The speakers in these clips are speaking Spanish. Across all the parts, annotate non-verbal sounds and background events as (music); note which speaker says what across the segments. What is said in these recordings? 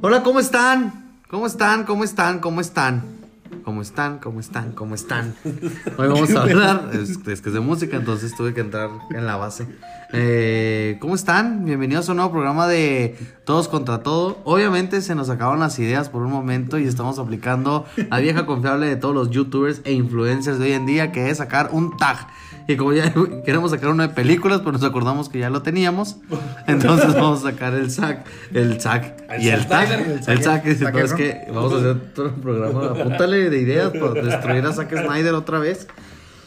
Speaker 1: Hola, ¿cómo están? ¿Cómo están? ¿Cómo están? ¿Cómo están? ¿Cómo están? ¿Cómo están? ¿Cómo están? Hoy vamos a hablar, es, es que es de música, entonces tuve que entrar en la base. Eh, ¿Cómo están? Bienvenidos a un nuevo programa de Todos contra Todo. Obviamente se nos acabaron las ideas por un momento y estamos aplicando la vieja confiable de todos los youtubers e influencers de hoy en día, que es sacar un tag. Y como ya (laughs) queremos sacar uno de películas, pues nos acordamos que ya lo teníamos. Entonces vamos a sacar el sac, el sac y el tag. El sac, es- no, es que vamos a hacer otro programa. Apúntale de ideas para destruir a Zack Snyder otra vez.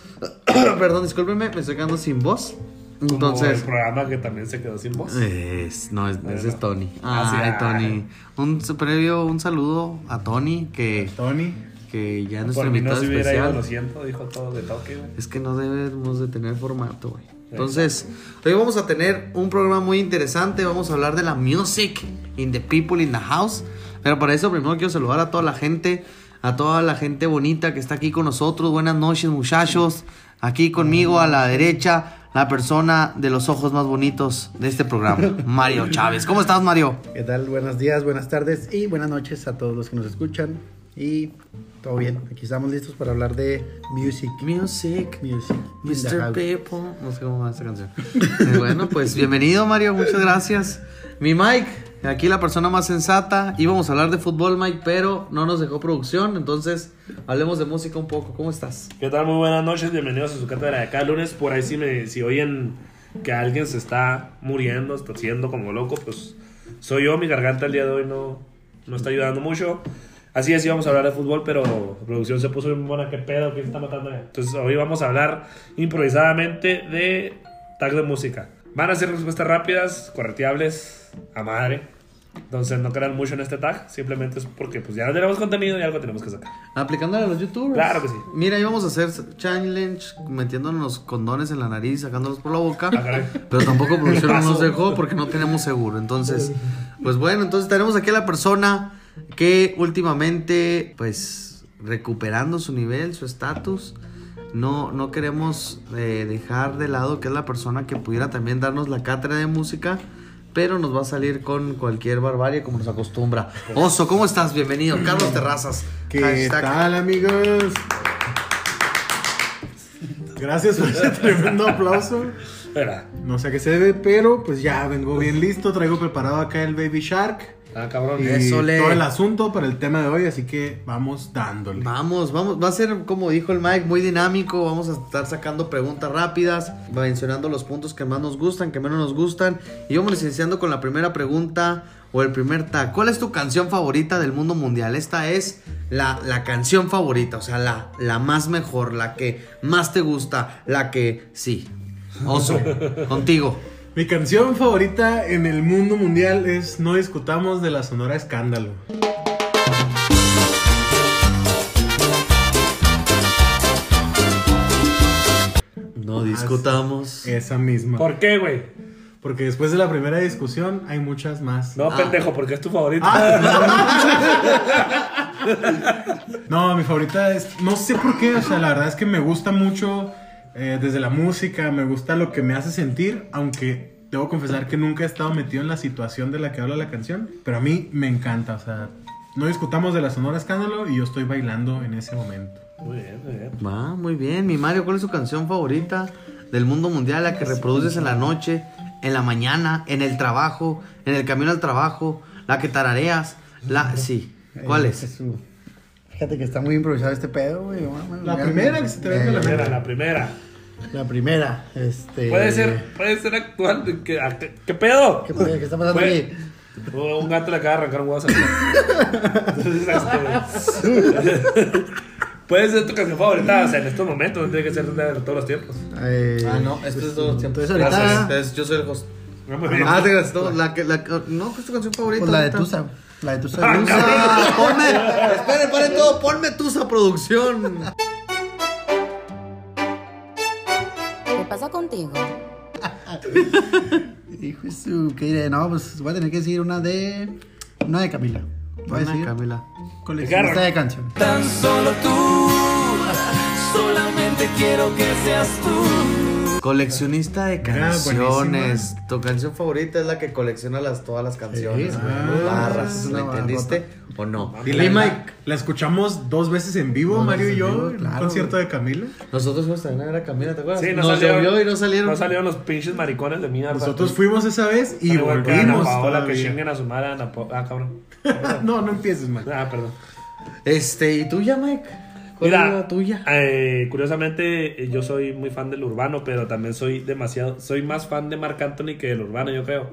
Speaker 1: (coughs) Perdón, discúlpenme, me estoy quedando sin voz.
Speaker 2: Como
Speaker 1: Entonces, eh,
Speaker 2: el programa que también se quedó sin voz.
Speaker 1: es- no, es- ese es Tony.
Speaker 2: Ah, sí,
Speaker 1: Ay,
Speaker 2: ah.
Speaker 1: Tony. Un s- previo, un saludo a Tony, que,
Speaker 3: Tony.
Speaker 1: que ya es nuestro
Speaker 2: Por mí no
Speaker 1: invitado
Speaker 2: se hubiera ido,
Speaker 1: especial.
Speaker 2: lo siento, dijo todo de toque, güey.
Speaker 1: Es que no debemos de tener formato, güey. Entonces, hoy vamos a tener un programa muy interesante. Vamos a hablar de la music in the people in the house. Pero para eso primero quiero saludar a toda la gente, a toda la gente bonita que está aquí con nosotros. Buenas noches, muchachos. Aquí conmigo a la derecha, la persona de los ojos más bonitos de este programa, Mario Chávez. ¿Cómo estás, Mario?
Speaker 3: ¿Qué tal? Buenos días, buenas tardes y buenas noches a todos los que nos escuchan. Y todo bien, aquí estamos listos para hablar de music.
Speaker 1: Music.
Speaker 3: Music. in the
Speaker 1: Mr.
Speaker 3: house.
Speaker 1: People. No sé cómo va esta canción. Eh, bueno, pues bienvenido, Mario. Muchas gracias. Mi Mike, aquí la persona más sensata. Íbamos a hablar de fútbol, Mike, pero no nos dejó producción. Entonces, hablemos de música un poco. ¿Cómo estás?
Speaker 2: ¿Qué tal? Muy buenas noches, bienvenidos a su cátedra de cada lunes. Por ahí si, me, si oyen que alguien se está muriendo, está siendo como loco, pues soy yo, mi garganta el día de hoy no, no está ayudando mucho. Así es, íbamos a hablar de fútbol, pero la producción se puso bien buena, qué pedo, quién está matando. Entonces hoy vamos a hablar improvisadamente de tag de música. Van a ser respuestas rápidas, correteables, a madre. Entonces no crean mucho en este tag, simplemente es porque pues ya tenemos contenido y algo tenemos que sacar.
Speaker 1: Aplicándole a los youtubers.
Speaker 2: Claro que sí.
Speaker 1: Mira, íbamos a hacer challenge metiéndonos condones en la nariz, sacándolos por la boca.
Speaker 2: Ah, caray.
Speaker 1: Pero tampoco producción no nos
Speaker 2: Paso.
Speaker 1: dejó porque no tenemos seguro. Entonces, pues bueno, entonces tenemos aquí a la persona que últimamente, pues, recuperando su nivel, su estatus. No, no queremos eh, dejar de lado que es la persona que pudiera también darnos la cátedra de música, pero nos va a salir con cualquier barbarie como nos acostumbra. Oso, ¿cómo estás? Bienvenido. Carlos Terrazas.
Speaker 3: ¿Qué
Speaker 1: Hashtag
Speaker 3: tal, amigos? Gracias por ese tremendo aplauso.
Speaker 2: Espera.
Speaker 3: No sé a qué se debe, pero pues ya vengo bien listo. Traigo preparado acá el Baby Shark.
Speaker 2: Ah, cabrón.
Speaker 3: Y
Speaker 1: Eso le-
Speaker 3: todo el asunto para el tema de hoy, así que vamos dándole.
Speaker 1: Vamos, vamos, va a ser como dijo el Mike, muy dinámico, vamos a estar sacando preguntas rápidas, mencionando los puntos que más nos gustan, que menos nos gustan, y vamos iniciando con la primera pregunta o el primer tag. ¿Cuál es tu canción favorita del mundo mundial? Esta es la, la canción favorita, o sea, la, la más mejor, la que más te gusta, la que sí. (laughs) Oso, contigo.
Speaker 3: Mi canción favorita en el mundo mundial es No discutamos de la Sonora Escándalo.
Speaker 1: No discutamos.
Speaker 3: Esa misma.
Speaker 2: ¿Por qué, güey?
Speaker 3: Porque después de la primera discusión hay muchas más.
Speaker 2: No,
Speaker 1: Ah.
Speaker 2: pendejo, porque es tu favorito.
Speaker 3: No, mi favorita es. No sé por qué, o sea, la verdad es que me gusta mucho eh, desde la música, me gusta lo que me hace sentir, aunque debo confesar que nunca he estado metido en la situación de la que habla la canción, pero a mí me encanta, o sea, no discutamos de la Sonora Escándalo y yo estoy bailando en ese momento.
Speaker 2: Muy bien, muy bien.
Speaker 1: Va, muy bien. Mi Mario, ¿cuál es su canción favorita del mundo mundial? La que reproduces en la noche, en la mañana, en el trabajo, en el camino al trabajo, la que tarareas. La, sí. ¿Cuál
Speaker 4: Eh,
Speaker 1: es?
Speaker 4: Jesús. Fíjate que está muy improvisado este pedo, güey.
Speaker 3: La primera que se te venga a la
Speaker 4: Eh,
Speaker 2: Era la primera.
Speaker 4: La primera, este.
Speaker 2: Puede ser, puede ser actual. ¿Qué, a- qué- qué pedo?
Speaker 4: ¿Qué, puede- qué está pasando
Speaker 2: Puede-
Speaker 4: aquí?
Speaker 2: Oh, Un gato le acaba de arrancar un huevo a Santa. Entonces, este, Puede ser tu canción favorita, o sea, en estos momentos, no tiene que ser de todos los tiempos.
Speaker 4: Eh,
Speaker 1: Ah, esto es todo
Speaker 4: Entonces ahorita.
Speaker 1: Entonces, yo soy el host.
Speaker 2: Muy bien.
Speaker 1: Ah, te gracias. no, La que, la, que- no, ¿cuál es tu canción favorita?
Speaker 4: pues la de
Speaker 1: ahorita?
Speaker 4: Tusa. La de Tusa.
Speaker 2: Ah,
Speaker 4: Tusa.
Speaker 1: Tusa, ponme, esperen, paren todo, ponme Tusa Producción.
Speaker 5: ¿Qué pasa contigo?
Speaker 4: Hijo de pues, su, ¿qué diré? No, pues voy a tener que decir una de. Una de Camila. Voy a
Speaker 1: Buena,
Speaker 4: decir.
Speaker 1: Camila.
Speaker 4: Coleccionista de canciones.
Speaker 6: Tan solo tú, solamente quiero que seas tú.
Speaker 1: Coleccionista de
Speaker 3: Mira,
Speaker 1: canciones.
Speaker 3: buenísima.
Speaker 1: tu canción favorita es la que colecciona las, todas las canciones,
Speaker 4: Sí,
Speaker 1: güey.
Speaker 3: ah,
Speaker 1: Barras,
Speaker 4: es
Speaker 1: ¿lo
Speaker 4: una
Speaker 1: entendiste? ¿O no?
Speaker 3: Y la, la- la escuchamos dos veces en vivo,
Speaker 4: Dos
Speaker 3: Mario y
Speaker 4: veces en
Speaker 3: yo,
Speaker 4: vivo,
Speaker 3: en un
Speaker 4: claro,
Speaker 3: concierto
Speaker 4: güey.
Speaker 3: de Camila.
Speaker 1: Nosotros fuimos también a ver a Camila, ¿te acuerdas?
Speaker 2: Sí, no
Speaker 1: Nos
Speaker 2: salieron.
Speaker 1: llovió y no salieron.
Speaker 2: No salieron los pinches maricones de mierda.
Speaker 3: Nosotros fuimos esa vez y
Speaker 2: Al igual que Ana
Speaker 3: volvimos.
Speaker 2: Paola, que
Speaker 3: todavía.
Speaker 2: chinguen a su madre, Ana Pa- Ah, cabrón.
Speaker 3: (laughs) no, no empieces, man.
Speaker 2: Ah, perdón.
Speaker 1: Este, ¿y tuya, Mike? ¿Cuál es
Speaker 2: Mira,
Speaker 1: la tuya?
Speaker 2: eh, curiosamente, eh, yo soy muy fan del urbano, pero también soy demasiado. Soy más fan de Marc Anthony que del urbano, yo creo.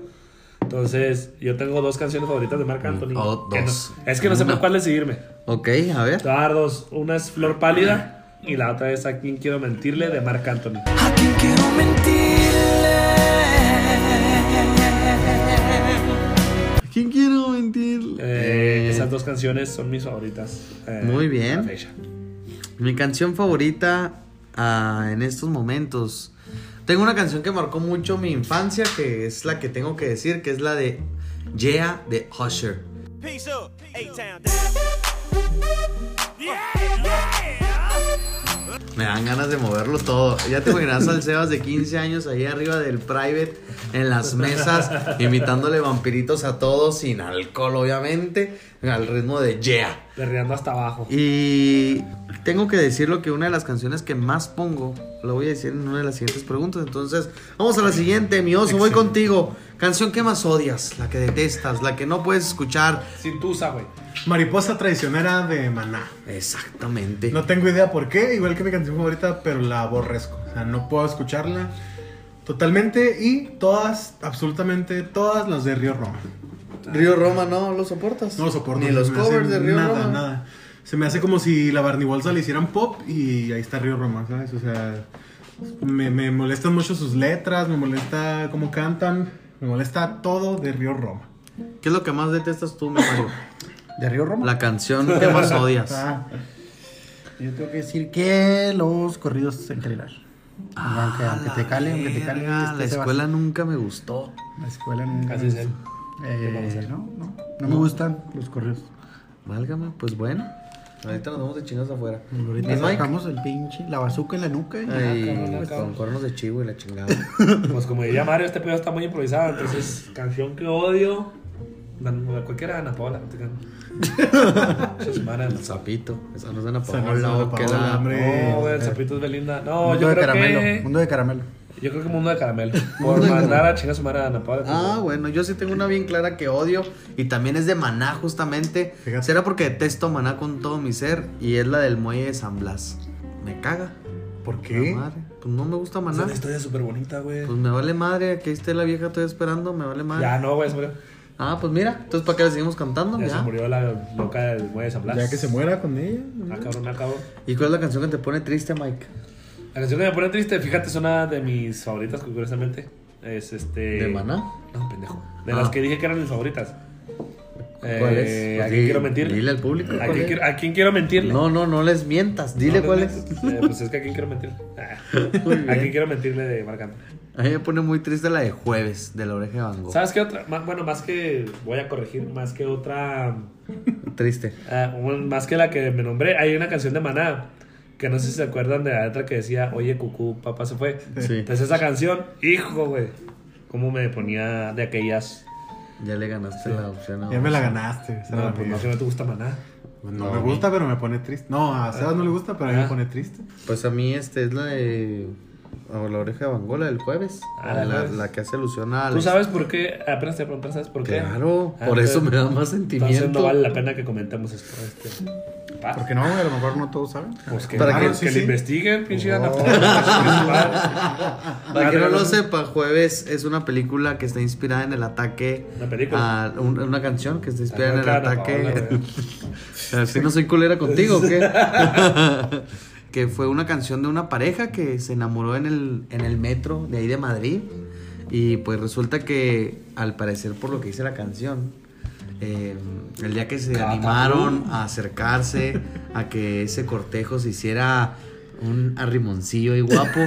Speaker 2: Entonces, yo tengo dos canciones favoritas de Marc Anthony.
Speaker 1: Oh,
Speaker 2: que no-
Speaker 1: dos.
Speaker 2: es que no sé por
Speaker 1: Una.
Speaker 2: cuál decidirme.
Speaker 1: Ok, a ver.
Speaker 2: Te voy a dar dos. Una es Flor Pálida y la otra es A quién quiero mentirle de Marc Anthony.
Speaker 6: ¿A quién quiero mentirle?
Speaker 1: ¿Quién quiero mentir?
Speaker 2: Eh,
Speaker 1: Eh,
Speaker 2: esas dos canciones son mis favoritas. eh,
Speaker 1: Muy bien.
Speaker 2: a la fecha.
Speaker 1: Mi canción favorita ah, en estos momentos. Tengo una canción que marcó mucho mi infancia, que es la que tengo que decir, que es la de Yeah de Usher.
Speaker 7: Peace up, eight town down. Yeah, yeah.
Speaker 1: Me dan ganas de moverlo todo. Ya te imaginas al Sebas de 15 años ahí arriba del private, en
Speaker 7: (laughs)
Speaker 1: las mesas, imitándole vampiritos a todos, sin alcohol obviamente, al ritmo de Yeah.
Speaker 2: Perreando hasta abajo.
Speaker 1: Y tengo que decirlo que una de las canciones que más pongo, lo voy a decir en una de las siguientes preguntas. Entonces, vamos a la siguiente, mi oso, voy
Speaker 3: Excelente.
Speaker 1: contigo. Canción que más odias, la que detestas, la que no puedes escuchar.
Speaker 2: Sin tusa, güey.
Speaker 3: Mariposa traicionera de Maná.
Speaker 1: Exactamente.
Speaker 3: No tengo idea por qué, igual que mi canción favorita, pero la aborrezco. O sea, no puedo escucharla totalmente y todas, absolutamente todas las de Río Roma.
Speaker 1: Río Roma no lo soportas.
Speaker 3: No lo soporto.
Speaker 1: Ni
Speaker 3: se
Speaker 1: los
Speaker 3: me hace
Speaker 1: covers de Río
Speaker 3: nada,
Speaker 1: Roma.
Speaker 3: Nada, Se me hace como si la Barney Bolsa le hicieran pop y ahí está Río Roma, ¿sabes? O sea, me, me molestan mucho sus letras, me molesta cómo cantan, me molesta todo de Río Roma.
Speaker 1: ¿Qué es lo que más detestas tú, mi Mario?
Speaker 4: ¿De Río Roma?
Speaker 1: La canción que más odias.
Speaker 4: Ah. Yo tengo que decir que los corridos en general. aunque, aunque te cale, aunque te
Speaker 1: Verga,
Speaker 4: cale. este,
Speaker 1: Ah, la
Speaker 4: Sebas.
Speaker 1: escuela nunca me gustó.
Speaker 4: La escuela nunca.
Speaker 2: Así es él.
Speaker 4: Eh, no, no, no me gustan los corridos.
Speaker 1: Válgame, pues bueno. Ahorita nos vamos de chinos afuera.
Speaker 4: Ahorita
Speaker 1: ¿Y Mike?
Speaker 4: sacamos el pinche, la bazuca en la nuca. Y
Speaker 1: Ay,
Speaker 4: ya, cabrón, pues,
Speaker 1: con cuernos de chivo y la chingada.
Speaker 2: Pues como diría Mario, este pedo está muy improvisado, entonces canción que odio. Dan- Cualquiera de Ana Paola, no te creas. Esa semana de
Speaker 1: El sapito. Esa no es Ana
Speaker 3: Esa no
Speaker 1: Paola.
Speaker 3: es Ana
Speaker 1: o que
Speaker 3: Paola,
Speaker 1: la-
Speaker 3: hombre.
Speaker 2: No, güey, el sapito es Belinda. No,
Speaker 4: mundo
Speaker 2: yo
Speaker 4: de
Speaker 2: creo
Speaker 4: caramelo.
Speaker 2: que.
Speaker 4: Mundo de caramelo.
Speaker 2: Yo creo que mundo de caramelo.
Speaker 1: Mundo
Speaker 2: Por
Speaker 1: de
Speaker 2: mandar
Speaker 1: Caramelo.
Speaker 2: a chingar a su madre a Ana Paola. pues,
Speaker 1: Ah, bueno, yo sí tengo una bien clara que odio y también es de Maná justamente.
Speaker 3: Fíjate.
Speaker 1: Será porque detesto a Maná con todo mi ser y es la del muelle de San Blas. Me caga.
Speaker 3: ¿Por qué?
Speaker 1: La madre. Pues no me gusta
Speaker 2: Es
Speaker 1: Maná.
Speaker 2: una historia súper bonita, güey.
Speaker 1: Pues me vale madre, aquí esté la vieja, estoy esperando, me vale madre.
Speaker 2: Ya no, güey, se murió.
Speaker 1: Ah, pues mira, entonces ¿para qué la seguimos cantando?
Speaker 2: Ya,
Speaker 1: Ya.
Speaker 2: se murió la loca del muelle de San Blas.
Speaker 3: Ya que se muera con ella.
Speaker 2: Ah, cabrón, ah, cabrón.
Speaker 1: ¿Y cuál es la canción que te pone triste, Mike?
Speaker 2: La canción que me pone triste, fíjate, es una de mis favoritas, curiosamente. Es este.
Speaker 1: ¿De Maná?
Speaker 2: No, pendejo. De
Speaker 1: Ah.
Speaker 2: las que dije que eran mis favoritas.
Speaker 1: ¿Cuál
Speaker 2: Eh,
Speaker 1: es?
Speaker 2: ¿A
Speaker 1: Pues
Speaker 2: quién
Speaker 1: di-
Speaker 2: quiero mentirle?
Speaker 1: Dile al público.
Speaker 2: ¿A
Speaker 1: cuál
Speaker 2: quién,
Speaker 1: es.
Speaker 2: quiero, ¿A quién quiero mentirle?
Speaker 1: No, no, no les mientas. Dile
Speaker 2: No,
Speaker 1: cuál
Speaker 2: no,
Speaker 1: es.
Speaker 2: no. Eh, pues es que a quién
Speaker 1: (laughs)
Speaker 2: quiero mentirle. Ah. ¿A quién quiero mentirle de Marc Anthony?
Speaker 1: A mí me pone muy triste la de jueves, de la oreja de Van Gogh.
Speaker 2: ¿Sabes qué otra? Más- bueno, más que. Voy a corregir, más que otra.
Speaker 1: Triste.
Speaker 2: ah, un- más que la que me nombré, hay una canción de Maná. Que no sé si se acuerdan de la letra que decía, oye, cucú, papá se fue.
Speaker 1: Sí.
Speaker 2: Entonces esa canción, hijo, güey. Cómo me ponía de aquellas.
Speaker 1: Ya le ganaste la opción a
Speaker 3: Ya me la
Speaker 1: Oso.
Speaker 3: ganaste. se la
Speaker 2: No, pues no, que
Speaker 3: pegué.
Speaker 2: no te gusta Maná.
Speaker 3: No me gusta, pero me pone triste. No, a Sebas no le gusta, pero a mí
Speaker 4: Ah.
Speaker 3: me pone triste.
Speaker 1: Pues a mí este es la de o la oreja de Van Gogh, la del jueves.
Speaker 2: Ah,
Speaker 1: la,
Speaker 2: la jueves.
Speaker 1: la que hace alusión a
Speaker 2: ¿Tú sabes por qué? Apenas te preguntar, ¿sabes por qué?
Speaker 1: Claro,
Speaker 2: Ah,
Speaker 1: por
Speaker 2: entonces-
Speaker 1: eso me da más
Speaker 2: Entonces no
Speaker 1: sentimiento.
Speaker 2: vale la pena que comentemos esto. Este. Pa.
Speaker 4: Porque no, güey, a lo mejor no todos saben.
Speaker 2: Pues que,
Speaker 1: Para
Speaker 2: para
Speaker 1: que-
Speaker 2: que,
Speaker 3: sí,
Speaker 2: le
Speaker 3: sí.
Speaker 2: investiguen, pinche
Speaker 1: (laughs)
Speaker 2: Ana pues, Paola.
Speaker 1: Oh. Para que no lo sepa, Jueves es una película que está inspirada en el ataque.
Speaker 2: Una película.
Speaker 1: a- un- una canción que está inspirada en el
Speaker 2: Ana Paola,
Speaker 1: ataque. (laughs)
Speaker 2: güey.
Speaker 1: Así no soy culera contigo, ¿o ¿qué? (laughs) que fue una canción de una pareja que se enamoró en el, en el metro de ahí de Madrid. Y pues resulta que, al parecer, por lo que dice la canción, eh, el día que se animaron a acercarse, a que ese cortejo se hiciera Un arrimoncillo y guapo.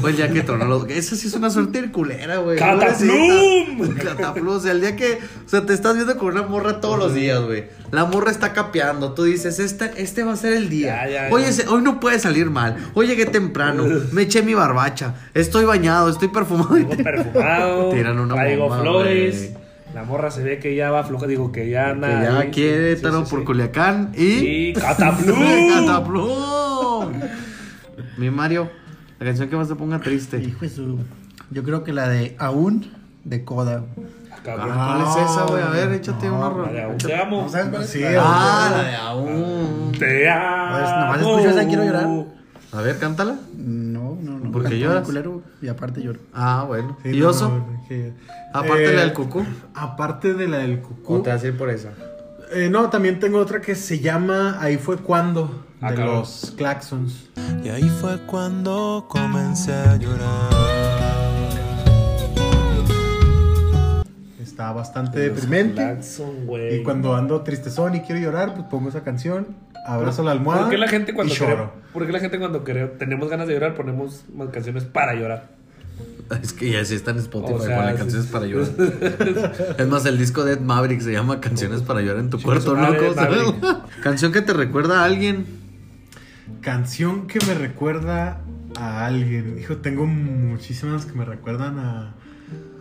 Speaker 1: Pues ya que tronó los. Esa sí es una suerte culera, güey.
Speaker 2: ¡Cataplum!
Speaker 1: Pobrecita. Cataplum. O sea, el día que. O sea, te estás viendo con una morra todos los días, güey. La morra está capeando. Tú dices, este, este va a ser el día.
Speaker 2: Ya, ya, ya.
Speaker 1: Oye, se- hoy no puede salir mal. Hoy llegué temprano. Me eché mi barbacha. Estoy bañado, estoy perfumado. (laughs)
Speaker 2: Traigo perfumado.
Speaker 1: Tiran una
Speaker 2: Traigo
Speaker 1: bomba,
Speaker 2: flores.
Speaker 1: güey.
Speaker 2: La morra se ve que ya va floja. Digo, que ya
Speaker 1: Que
Speaker 2: nada.
Speaker 1: ya quiere taro por Culiacán y.
Speaker 2: Y Cataplum.
Speaker 1: (laughs) ¡Cataplum! Mi Mario, la canción que más te ponga triste.
Speaker 4: Hijo de su. Yo creo que la de Aún de Coda.
Speaker 1: Ah, ¿Cuál es esa, güey? A ver, échate una rola.
Speaker 2: Te amo.
Speaker 4: ¿No sabes cuál es?
Speaker 3: Sí,
Speaker 4: La de-
Speaker 1: Ah, la de aún.
Speaker 2: Te
Speaker 4: A ver,
Speaker 2: amo.
Speaker 4: nomás escucho esa, quiero llorar.
Speaker 1: A ver, cántala.
Speaker 4: No, no, no.
Speaker 1: ¿Por qué
Speaker 4: Cantó
Speaker 1: lloras?
Speaker 4: bien culero, y aparte lloro.
Speaker 1: Ah, bueno.
Speaker 3: Sí,
Speaker 1: ¿Y
Speaker 3: no,
Speaker 1: oso?
Speaker 3: no, que-
Speaker 1: Aparte
Speaker 3: Eh,
Speaker 1: la del cucú.
Speaker 3: Aparte de la del cucú.
Speaker 1: ¿O te vas a ir por esa?
Speaker 3: Eh, no, también tengo otra que se llama Ahí fue cuando,
Speaker 2: Ah,
Speaker 3: de
Speaker 2: cabrón.
Speaker 3: los Claxons.
Speaker 6: Y ahí fue cuando comencé a llorar.
Speaker 3: Está bastante deprimente.
Speaker 2: Claxon, güey.
Speaker 3: Y cuando ando tristezón y quiero llorar, pues pongo esa canción, abrazo la almohada
Speaker 2: Ah, ¿Por qué la gente cuando
Speaker 3: y
Speaker 2: quere-
Speaker 3: lloro.
Speaker 2: ¿Por qué la gente cuando quere- tenemos ganas de llorar ponemos más canciones para llorar?
Speaker 1: (laughs) Es que ya sí está en Spotify
Speaker 2: O sea,
Speaker 1: con las
Speaker 2: sí.
Speaker 1: canciones para llorar.
Speaker 2: (laughs)
Speaker 1: es más, el disco de Ed Maverick se llama Canciones para llorar en tu
Speaker 2: su
Speaker 1: cuarto,
Speaker 2: madre,
Speaker 1: loco.
Speaker 2: Ed Maverick.
Speaker 1: ¿sabes? (laughs) Canción que te recuerda a alguien.
Speaker 3: Canción que me recuerda a alguien. Hijo, tengo muchísimas que me recuerdan a,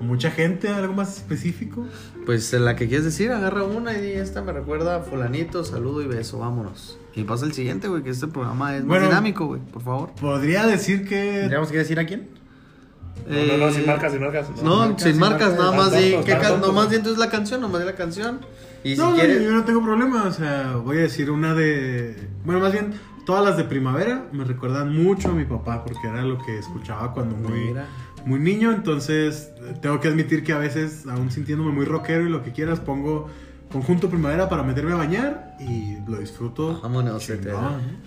Speaker 3: a mucha gente, algo más específico.
Speaker 1: Pues la que quieres decir, agarra una y di, esta me recuerda a fulanito, saludo y beso, vámonos. Y pasa el siguiente, güey, que este programa es
Speaker 3: Bueno.
Speaker 1: más dinámico, güey, por favor.
Speaker 3: Podría decir que
Speaker 4: ¿Tendríamos que decir a quién?
Speaker 2: No, no, no, sin marcas, sin marcas.
Speaker 1: Eh, No,
Speaker 4: marcas,
Speaker 1: sin
Speaker 4: sin
Speaker 1: marcas,
Speaker 4: marcas.
Speaker 1: nada más
Speaker 2: Tan
Speaker 1: di,
Speaker 2: tontos,
Speaker 1: ¿qué
Speaker 2: tan
Speaker 1: ca-
Speaker 2: tontos.
Speaker 1: nomás di entonces la canción, nomás di la canción. Y si
Speaker 3: no, no,
Speaker 1: quieres...
Speaker 3: yo no tengo problema, o sea, voy a decir una de... Bueno, más bien, todas las de primavera me recuerdan mucho a mi papá, porque era lo que escuchaba cuando muy,
Speaker 1: Mira.
Speaker 3: muy niño, entonces eh, tengo que admitir que a veces, aún sintiéndome muy rockero y lo que quieras, pongo conjunto primavera para meterme a bañar y lo disfruto.
Speaker 1: Vámonos, se te da.
Speaker 3: chingón, ¿eh?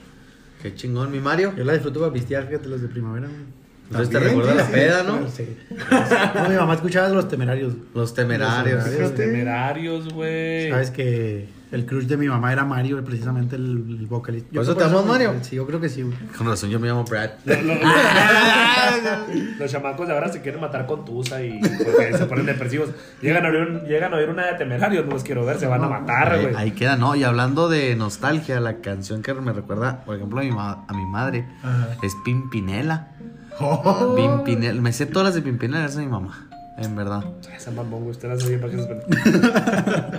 Speaker 1: Qué chingón, mi Mario.
Speaker 4: Yo la disfruto para pistear, fíjate, las de primavera. güey.
Speaker 1: Entonces te
Speaker 3: También,
Speaker 1: recuerda
Speaker 3: sí,
Speaker 1: Pues este la
Speaker 3: sí,
Speaker 1: peda, ¿no?
Speaker 4: Sí. No, mi mamá escuchaba los temerarios.
Speaker 1: Los temerarios.
Speaker 4: Los
Speaker 2: Los
Speaker 4: Fíjate.
Speaker 2: temerarios, güey.
Speaker 4: Sabes que el crush de mi mamá era Mario, precisamente el, el vocalista.
Speaker 1: ¿Por eso
Speaker 4: creo
Speaker 1: te llamas Mario?
Speaker 4: Sí, yo creo que sí. güey.
Speaker 1: Con razón, yo me llamo Brad.
Speaker 2: Lo- lo- lo- Los chamacos de ahora se quieren matar con Tusa y porque se ponen depresivos. Llegan a oír, un- llegan a oír una de temerarios, no los quiero ver, se van a matar,
Speaker 1: Ahí,
Speaker 2: güey.
Speaker 1: ahí queda, ¿no? Y hablando de nostalgia, la canción que me recuerda, por ejemplo, a mi, ma- a mi madre
Speaker 3: Ajá.
Speaker 1: es Pimpinela.
Speaker 3: Oh,
Speaker 1: Pimpinela. Me sé todas las de Pimpinela, gracias a mi mamá. En verdad.
Speaker 2: Esa mamón, güey, usted la sabía para que se
Speaker 4: (laughs)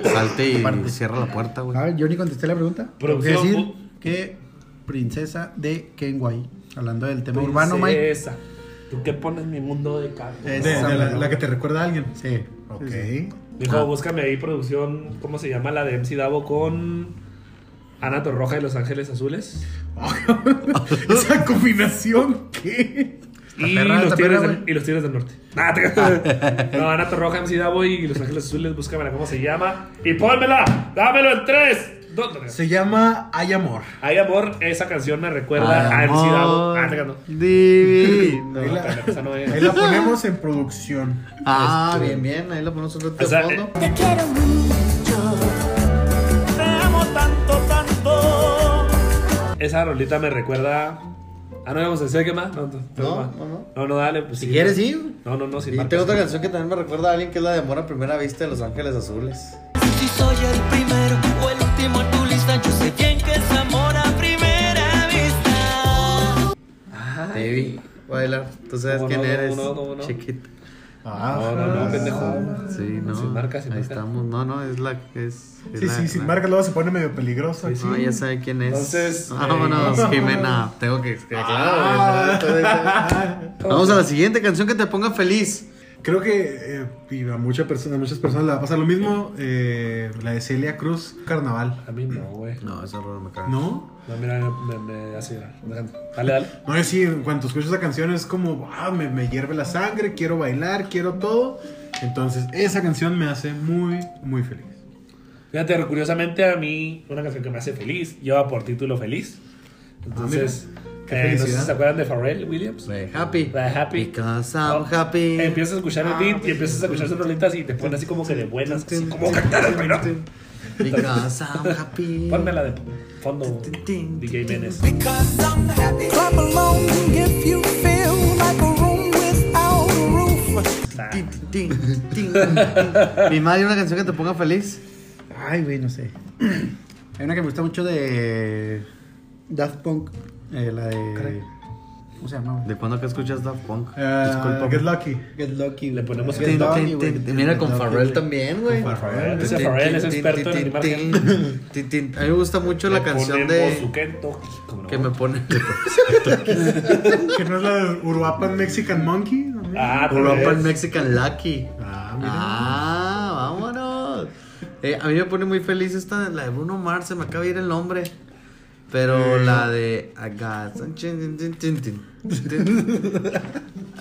Speaker 1: Salte y
Speaker 4: Aparte. Ah,
Speaker 1: cierra la puerta, güey.
Speaker 4: A ver, yo ni contesté la pregunta. Tengo que
Speaker 2: Producción,
Speaker 4: decir
Speaker 2: bu-
Speaker 4: que princesa de Kenway. Hablando del tema urbano, Mike.
Speaker 2: Esa. ¿Tú qué pones mi mundo de canto?
Speaker 4: Eh,
Speaker 3: de- de la,
Speaker 4: Esa,
Speaker 3: la que te recuerda a alguien.
Speaker 4: Sí.
Speaker 3: Ok.
Speaker 4: Sí, sí.
Speaker 2: Dijo,
Speaker 1: Ah.
Speaker 2: búscame ahí producción, ¿cómo se llama? La de MC Davo con Ana Torroja y Los Ángeles Azules.
Speaker 3: (laughs) Esa combinación, ¿qué?
Speaker 2: Y
Speaker 4: perra,
Speaker 2: los,
Speaker 4: está
Speaker 2: tigres
Speaker 4: perra,
Speaker 2: del,
Speaker 4: güey.
Speaker 2: y los Tigres del Norte. Nah,
Speaker 4: (laughs)
Speaker 2: te- no, Ana Torroja, MC Davo y Los Ángeles Azules, búscamela cómo se llama. Y pónmela, dámelo en tres. dos, tres.
Speaker 3: Se llama Hay Amor.
Speaker 2: Ay, amor, esa canción me recuerda a MC Davo. Ah, te ganó.
Speaker 1: Divino.
Speaker 3: Ahí la-
Speaker 2: Esa no
Speaker 3: Ahí
Speaker 2: es.
Speaker 3: la ponemos en producción.
Speaker 1: Ah, bien, bien. Ahí lo ponemos un rato de
Speaker 2: O sea, eh,
Speaker 1: fondo.
Speaker 5: Te quiero
Speaker 7: Te amo tanto, tanto.
Speaker 2: Esa rolita me recuerda. Ah, no vamos a decir qué más. No, no,
Speaker 1: No,
Speaker 2: no,
Speaker 1: no, no.
Speaker 2: no, no, dale. Pues,
Speaker 1: Si quieres, sí.
Speaker 2: No, no, no, sin
Speaker 1: Y
Speaker 2: marcas.
Speaker 1: tengo otra canción que también me recuerda a alguien que es la de Amor a Primera Vista de Los Ángeles Azules.
Speaker 8: Si soy el primero o el último en tu lista, yo sé bien que es amor a primera vista.
Speaker 1: Te vi bailar. Tú sabes
Speaker 2: ¿Cómo
Speaker 1: quién
Speaker 2: no, cómo
Speaker 1: eres.
Speaker 2: no, cómo no?
Speaker 1: Chiquito.
Speaker 3: Ah,
Speaker 2: No, no, no, pendejo.
Speaker 1: Sí, no.
Speaker 2: Sin marca, sin
Speaker 1: Ahí
Speaker 2: marca.
Speaker 1: estamos. No, no, es la que es. es
Speaker 3: Sí,
Speaker 1: la-
Speaker 3: sí, sin
Speaker 1: la-
Speaker 3: marcas luego se pone medio peligroso. aquí.
Speaker 1: No, ya sabe quién es.
Speaker 2: Entonces,
Speaker 1: Vámonos,
Speaker 3: eh,
Speaker 1: Jimena. Tengo que. que- Ah,
Speaker 3: Ah.
Speaker 1: claro, Vamos a la siguiente canción que te ponga feliz.
Speaker 3: (laughs) Creo que eh, y a, mucha persona- a muchas personas le va a pasar lo mismo. eh, la de Celia Cruz, Carnaval.
Speaker 2: A mí no, güey.
Speaker 1: No, esa rola me caga.
Speaker 3: ¿No?
Speaker 2: No, mira, me, me hace llorar. Déjame. Dale, dale.
Speaker 3: No, yo sí, en cuanto escucho esa canción es como, ah, me, me hierve la sangre, quiero bailar, quiero todo. Entonces, esa canción me hace muy, muy feliz.
Speaker 2: Fíjate, curiosamente a mí, una canción que me hace feliz lleva por título Feliz.
Speaker 1: Ah,
Speaker 2: Entonces,
Speaker 3: qué
Speaker 2: eh, no sé
Speaker 3: felicidad.
Speaker 2: si se acuerdan de Pharrell Williams.
Speaker 1: Güey, happy.
Speaker 2: La de Happy.
Speaker 1: Because I'm
Speaker 2: Oh,
Speaker 1: happy.
Speaker 2: Empiezas a escuchar el beat y empiezas a escuchar sus rolitas y te pones así como que de buenas, así como cantar al
Speaker 1: Because I'm happy.
Speaker 2: Ponme la de fondo, DJ Menes.
Speaker 9: Because I'm happy. Clap along if you feel like a room without a roof.
Speaker 1: Tin, tin, tin, tin. Mi madre, una canción que te ponga feliz.
Speaker 4: Ay, güey, no sé. (clears throat) Hay una que me gusta mucho de Daft Punk. eh, la de. ¿Cómo se llama, güey?
Speaker 1: ¿De cuándo que escuchas Daft Punk?
Speaker 3: Eh, Get Lucky.
Speaker 4: Get Lucky.
Speaker 2: Le ponemos
Speaker 1: Tin,
Speaker 4: Get Lucky,
Speaker 1: tin,
Speaker 4: güey.
Speaker 1: tin, tin. Mira,
Speaker 4: Get
Speaker 1: con
Speaker 4: Lucky,
Speaker 1: Farrell
Speaker 4: güey.
Speaker 1: también, güey.
Speaker 3: Con Farrell.
Speaker 2: Ese
Speaker 1: Tin,
Speaker 2: Farrell
Speaker 1: tin,
Speaker 2: es
Speaker 1: tin, tin,
Speaker 2: experto en animar
Speaker 1: tin, tin, tin. A mí me gusta mucho la canción
Speaker 2: Ponemos
Speaker 1: de.
Speaker 2: su Kentucky, como no.
Speaker 1: Que me pone.
Speaker 3: Que no es la de Uruapan Mexican Monkey. ¿no?
Speaker 2: (laughs) Ah, tal
Speaker 1: Europa
Speaker 2: vez.
Speaker 1: el Mexican Lucky.
Speaker 3: Ah, mira.
Speaker 1: Ah, vámonos. Eh, a mí me pone muy feliz esta, la de Bruno Mars, se me acaba de ir el nombre. Pero la de I got some chin, tin, tin, tin, tin,
Speaker 2: (laughs)
Speaker 1: tin.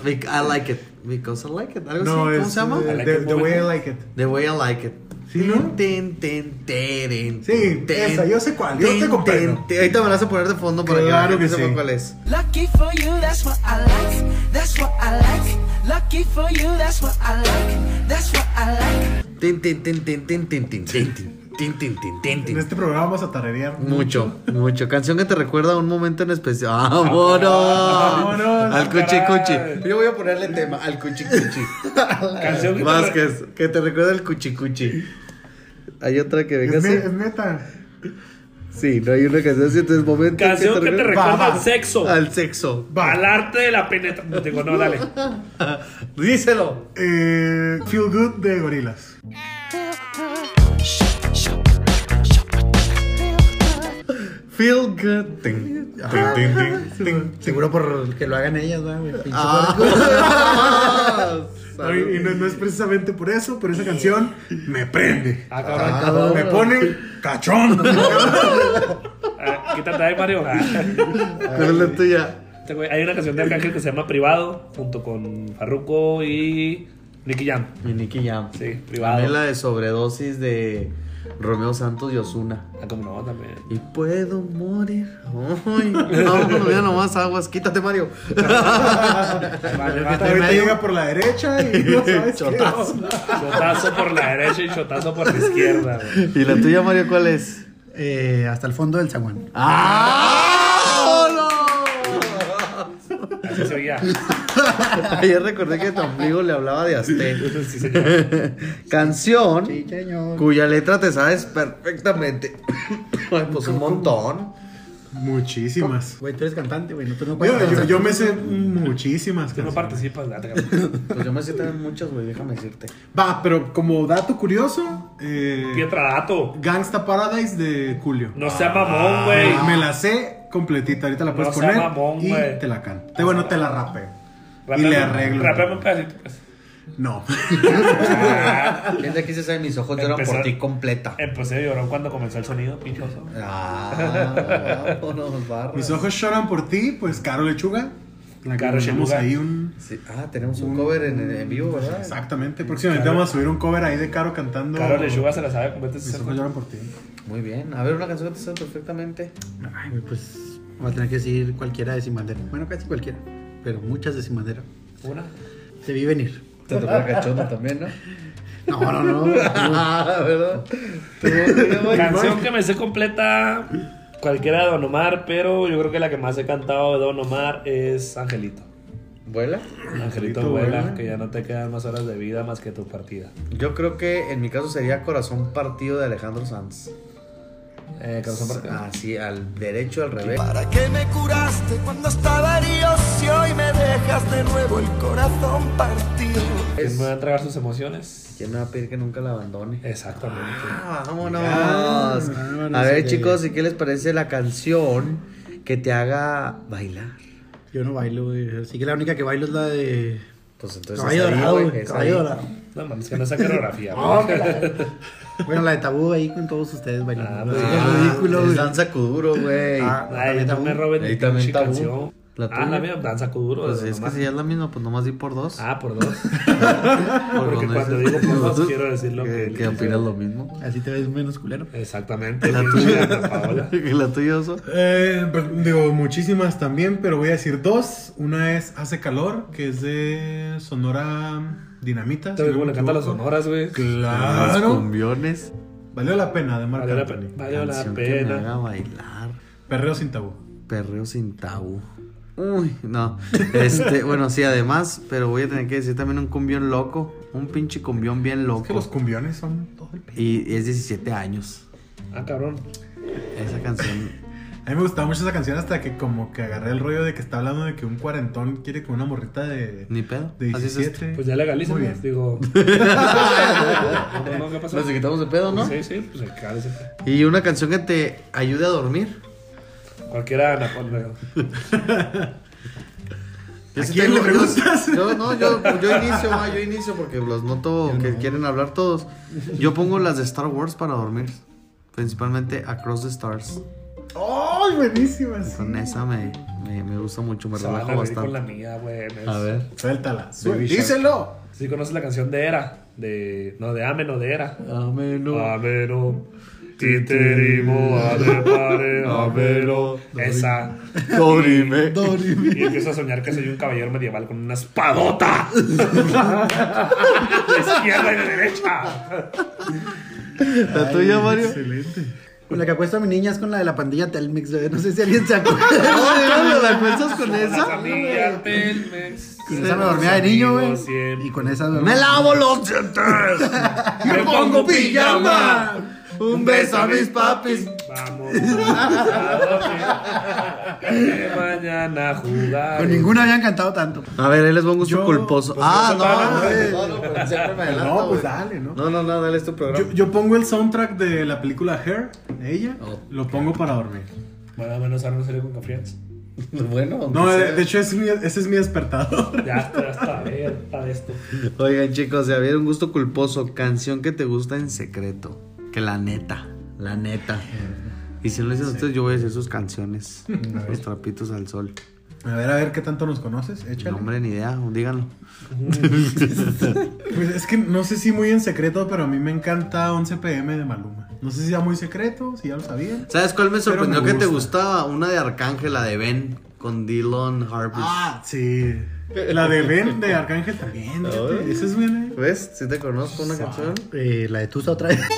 Speaker 1: Bec- I like it. Because I like it. Algo
Speaker 3: No,
Speaker 1: así. ¿Cómo
Speaker 3: es,
Speaker 1: se llama?
Speaker 3: eh,
Speaker 2: like
Speaker 3: the,
Speaker 2: it,
Speaker 3: The Way I
Speaker 2: momento.
Speaker 3: Like It.
Speaker 1: The way I like it.
Speaker 3: ¿Sí, no?
Speaker 1: Tin, tin, tin,
Speaker 3: Sí, esa, yo sé cuál, yo te comprendo.
Speaker 1: tin. Ahorita me la vas a poner de fondo para que la
Speaker 3: Claro
Speaker 1: gente
Speaker 3: que
Speaker 1: sepa
Speaker 3: sí.
Speaker 1: cuál es.
Speaker 8: Lucky for you, that's what I like. That's what I like. Lucky for you, that's what I like. That's what I like.
Speaker 1: Tin, tin, tin, tin, tin, tin, tin, tin, tin, tin, tin, tin, tin, tin.
Speaker 3: En este programa vamos a tararear.
Speaker 2: Mm,
Speaker 1: Mucho, mucho. Canción que te recuerda a un momento en especial. ¡Vámonos!
Speaker 3: Vámonos,
Speaker 1: Al cuchi
Speaker 2: caray.
Speaker 1: cuchi. Yo voy a ponerle tema al cuchi (laughs) cuchi.
Speaker 2: Canción que te-
Speaker 1: Vázquez, que te recuerda al cuchi cuchi. Hay otra que venga
Speaker 3: Es, ne-
Speaker 1: así.
Speaker 3: es neta.
Speaker 1: Sí, no hay una canción así, entonces momento.
Speaker 2: Canción que te recuerda
Speaker 3: Va, va.
Speaker 2: al sexo.
Speaker 1: Al sexo.
Speaker 2: Al arte de la penetración. Digo, no, dale.
Speaker 1: Díselo.
Speaker 3: Eh, Feel Good de Gorilas.
Speaker 1: Feel good. Ting, ting, ting, ting.
Speaker 4: Seguro por que lo hagan ellas, ¿verdad, güey. Pinche
Speaker 1: Ah.
Speaker 3: No, y y no, no es precisamente por eso, pero esa canción me prende.
Speaker 2: Ah, cabrón.
Speaker 3: me pone
Speaker 2: (laughs)
Speaker 3: cachondo.
Speaker 2: Ah, quítate ahí, Mario. Ah,
Speaker 1: ¿Cuál es la tuya?
Speaker 2: este güey, Hay una canción de Arcángel que se llama Privado, junto con Farruko y Nicky Jam.
Speaker 1: Mi Nicky Jam.
Speaker 2: Sí,
Speaker 1: A mí
Speaker 2: privado.
Speaker 1: la de sobredosis de Romeo Santos y Osuna.
Speaker 2: Ah, como no, también.
Speaker 1: Y puedo morir. Ay, no, no, ya nomás aguas. Quítate, Mario.
Speaker 2: Vale,
Speaker 3: Hasta
Speaker 2: basta.
Speaker 3: ahorita
Speaker 1: medio.
Speaker 3: llega por la derecha y
Speaker 2: (laughs)
Speaker 3: no sabes qué
Speaker 1: Chotazo.
Speaker 3: onda.
Speaker 2: Chotazo por la derecha y chotazo por la izquierda. güey.
Speaker 1: ¿Y la tuya, Mario, cuál es?
Speaker 4: barba. Eh, hasta el fondo del zaguán.
Speaker 1: ¡Ah! (laughs)
Speaker 2: Así se oía.
Speaker 1: Ayer recordé que tu ombligo le hablaba de (laughs) Asté.
Speaker 2: Sí, señor.
Speaker 1: Canción
Speaker 4: Sí, señor.
Speaker 1: cuya letra te sabes perfectamente. (coughs) Ay, pues un montón.
Speaker 3: Muchísimas.
Speaker 4: Güey, tú eres cantante, güey. No, tú no puedes.
Speaker 3: Yo, yo-
Speaker 4: cantar.
Speaker 3: yo me sé muchísimas
Speaker 2: Tú no
Speaker 3: canciones.
Speaker 2: participas. ah, te-
Speaker 1: (laughs) Pues yo me sé también muchas, güey, déjame decirte.
Speaker 3: Va, pero como dato curioso, eh,
Speaker 2: Pietra Dato.
Speaker 3: Gangsta Paradise de Julio.
Speaker 2: No sea mamón, güey.
Speaker 3: Ah, Me la sé completita, ahorita la puedes
Speaker 2: sea
Speaker 3: poner
Speaker 2: mamón,
Speaker 3: y
Speaker 2: güey.
Speaker 3: te la canto. Te- Bueno, te la rapeo.
Speaker 2: Rápame-
Speaker 3: y le arreglo.
Speaker 2: rápame un pedacito, pues.
Speaker 3: No. (laughs)
Speaker 2: Ah,
Speaker 1: ¿Quién de aquí se sabe mis ojos lloran por
Speaker 2: Empezar-
Speaker 1: ti completa?
Speaker 2: Empecé a llorar cuando comenzó el sonido, pinche oso.
Speaker 1: Ah, vámonos, barra.
Speaker 3: Mis ojos lloran por ti, pues Caro Lechuga. La que
Speaker 2: Caro
Speaker 3: tenemos
Speaker 2: Lechuga.
Speaker 3: ahí un.
Speaker 1: Sí, Ah, tenemos un cover en, en vivo, ¿verdad?
Speaker 3: Exactamente. Próximamente vamos a subir un cover ahí de Caro cantando.
Speaker 2: Claro, Lechuga se la sabe completa.
Speaker 3: Mis ojos lloran por ti.
Speaker 1: Muy bien. A ver, una canción que te sabe perfectamente.
Speaker 4: Ay, güey, pues. Va a tener que decir cualquiera de Simandera. Bueno, casi cualquiera. Pero muchas de Simandera.
Speaker 2: Una.
Speaker 4: Te vi venir.
Speaker 1: Te tocó la cachona (laughs) también, ¿no?
Speaker 4: No, no, no.
Speaker 1: Ah, ¿verdad?
Speaker 2: Canción que me sé completa. Cualquiera de Don Omar, pero yo creo que la que más he cantado de Don Omar es Angelito.
Speaker 1: ¿Vuela?
Speaker 2: Angelito vuela, que ya no te quedan más horas de vida más que tu partida.
Speaker 1: Yo creo que en mi caso sería Corazón Partido de Alejandro Sanz.
Speaker 2: Eh, canción partida.
Speaker 1: Así, al derecho, al revés.
Speaker 9: ¿Para qué me curaste cuando estaba herido si hoy me dejas de nuevo el corazón partido?
Speaker 2: ¿Quién me va a entregar sus emociones?
Speaker 1: ¿Quién me va a pedir que nunca la abandone?
Speaker 2: Eh. Exactamente.
Speaker 1: Ah, vámonos. A ver, chicos, ¿y qué les parece la canción que te haga bailar?
Speaker 4: Yo no bailo, güey. Así que la única que bailo es la de.
Speaker 1: Pues entonces.
Speaker 4: Caballo
Speaker 1: es ahí,
Speaker 4: dorado,
Speaker 1: güey,
Speaker 4: güey.
Speaker 1: es
Speaker 4: Caballo
Speaker 1: ahí.
Speaker 4: dorado.
Speaker 2: No mames, que no esa coreografía. güey.
Speaker 4: Bueno, la de tabú ahí con todos ustedes bailando.
Speaker 2: Ah,
Speaker 4: Así que
Speaker 1: Ah,
Speaker 4: es ridículo,
Speaker 1: es
Speaker 4: güey.
Speaker 1: danza kuduro, güey.
Speaker 4: Ah,
Speaker 2: Ay, no me roben
Speaker 1: Ahí
Speaker 2: mi
Speaker 1: también
Speaker 2: pinche
Speaker 1: tabú.
Speaker 2: canción.
Speaker 1: La
Speaker 2: ah,
Speaker 1: tuya.
Speaker 2: la mía, danza kuduro.
Speaker 1: Pues
Speaker 2: de
Speaker 1: es
Speaker 2: Don
Speaker 1: que
Speaker 2: Omar.
Speaker 1: si es la misma, pues nomás di por dos.
Speaker 2: Ah, por
Speaker 1: (laughs)
Speaker 2: dos.
Speaker 1: Por
Speaker 2: Porque
Speaker 1: cuando
Speaker 2: cuando
Speaker 1: dices-
Speaker 2: digo por dos, quiero decir lo que-
Speaker 1: Que opinas lo mismo.
Speaker 4: Así te ves menos culero.
Speaker 2: Exactamente. (laughs) pinche
Speaker 1: (laughs)
Speaker 2: Ana Paola.
Speaker 1: ¿Y la tuya, Oso?
Speaker 3: Eh, pero, digo, muchísimas también, pero voy a decir dos. Una es Hace Calor, que es de Sonora Dinamita.
Speaker 2: Te
Speaker 3: si
Speaker 2: ves
Speaker 3: no
Speaker 2: como
Speaker 3: me
Speaker 2: le canta las
Speaker 3: equivoco.
Speaker 2: sonoras, güey.
Speaker 1: Los
Speaker 3: Claro.
Speaker 1: cumbiones.
Speaker 3: Valió la pena de Marc
Speaker 2: Valió la,
Speaker 3: Anthony.
Speaker 2: valió la
Speaker 1: Canción que me
Speaker 2: pena.
Speaker 1: haga bailar.
Speaker 3: Perreo sin tabú.
Speaker 1: Perreo sin tabú. Uy, no. Este, bueno, sí, además, pero voy a tener que decir también un cumbión loco. Un pinche cumbión bien
Speaker 3: Es que los
Speaker 1: loco.
Speaker 3: cumbiones son todo el pe-
Speaker 1: Y es 17 años.
Speaker 2: Ah, cabrón.
Speaker 1: Esa canción.
Speaker 3: A mí me gustaba mucho esa canción hasta que como que agarré el rollo de que está hablando de que un cuarentón quiere con una morrita de,
Speaker 1: Ni pedo.
Speaker 3: de
Speaker 1: Así es este. esto.
Speaker 3: 17.
Speaker 2: Pues ya legaliza,
Speaker 3: Muy
Speaker 2: ¿no?
Speaker 3: bien.
Speaker 1: (laughs)
Speaker 2: Digo. no, no, ¿qué pasó?
Speaker 1: Nos quitamos de pedo, ¿no?
Speaker 2: Sí, sí, pues cállese.
Speaker 1: Y una canción que te ayude a dormir.
Speaker 2: Cualquiera Napoleón.
Speaker 1: Yo
Speaker 3: ¿A
Speaker 1: sí
Speaker 3: quién
Speaker 2: (laughs)
Speaker 1: tengo-
Speaker 3: le
Speaker 1: yo-
Speaker 3: preguntas?
Speaker 1: Yo, no, yo, yo inicio, ah, yo inicio porque los noto que quieren hablar todos. Yo pongo las de Star Wars para dormir. Principalmente Across the Stars.
Speaker 3: ¡Ay, buenísimas!
Speaker 1: Con esa me, me, me gusta mucho, me
Speaker 2: Se van a
Speaker 1: relajo
Speaker 2: reír con la
Speaker 1: bastante.
Speaker 2: mía, güey. ¿ves?
Speaker 1: A ver. (laughs)
Speaker 3: Suéltala. su-
Speaker 4: Baby Shark.
Speaker 3: ¡Díselo!
Speaker 2: Sí conoces la canción de Era. De. No, de Ameno, de Era.
Speaker 1: Amelo.
Speaker 2: Ameno. Titerimo, adepare, ameno. Esa.
Speaker 1: (laughs) Dorime.
Speaker 2: Y empiezo a soñar que soy un caballero medieval con una espadota. de izquierda y de derecha.
Speaker 1: La tuya, Mario.
Speaker 3: Excelente.
Speaker 4: Con la que apuesto a mi niña es con la de la pandilla Telmex, güey. No sé si alguien se acuerda.
Speaker 1: ¿Cómo Oh, la cuentas con
Speaker 2: La
Speaker 1: esa?
Speaker 2: familia Telmex.
Speaker 4: Con esa me dormía de niño, güey.
Speaker 2: Amigos siempre.
Speaker 4: Y con esa
Speaker 1: Me lavo los dientes.
Speaker 2: (laughs) Me pongo pijama.
Speaker 1: Un beso a mis papis.
Speaker 2: Vamos.
Speaker 4: (laughs)
Speaker 2: a dormir. Que mañana jugar.
Speaker 4: Con ninguna habían cantado tanto.
Speaker 1: A ver, él les pongo su
Speaker 3: Yo-
Speaker 1: culposo.
Speaker 3: pues,
Speaker 1: ah,
Speaker 3: no, no,
Speaker 1: no, no, no, pero siempre me adelanto,
Speaker 3: No, pues
Speaker 1: güey.
Speaker 3: dale,
Speaker 2: ah.
Speaker 3: ¿no?
Speaker 1: No, no, no, dale es tu programa.
Speaker 3: Yo, yo pongo el soundtrack de la película Hair, de ella,
Speaker 1: Oh.
Speaker 3: lo pongo para dormir.
Speaker 2: Bueno, al menos ahora no salió con confianza.
Speaker 1: Bueno, aunque
Speaker 2: pues,
Speaker 3: No, de,
Speaker 2: eh,
Speaker 1: sea.
Speaker 3: de hecho es mi- ese es mi despertador. (laughs)
Speaker 2: Ya está, ya está abierta de esto.
Speaker 1: Oigan, chicos, si había un gusto culposo, canción que te gusta en secreto. Que la neta, la neta. Y si no lo dicen ustedes, yo voy a decir sus
Speaker 3: (laughs)
Speaker 1: canciones. Los trapitos al sol.
Speaker 3: A ver, a ver, ¿qué tanto nos conoces? Échale.
Speaker 1: No, hombre, ni idea, díganlo.
Speaker 3: Pues es que no sé si muy en secreto, pero a mí me encanta 11 pm de Maluma. No sé si era muy secreto, si ya lo sabían.
Speaker 1: ¿Sabes cuál me sorprendió
Speaker 3: me
Speaker 1: que te
Speaker 3: gusta.
Speaker 1: gustaba? Una de Arcángel, la de Ben, con Dylan Harvey.
Speaker 3: Ah, sí. La de Ben de Arcángel también. fíjate, Esa es buena. eh.
Speaker 1: ¿Ves? Si te conozco
Speaker 3: Ah.
Speaker 1: una canción. (laughs)
Speaker 4: Eh, la de Tusa otra vez. (laughs)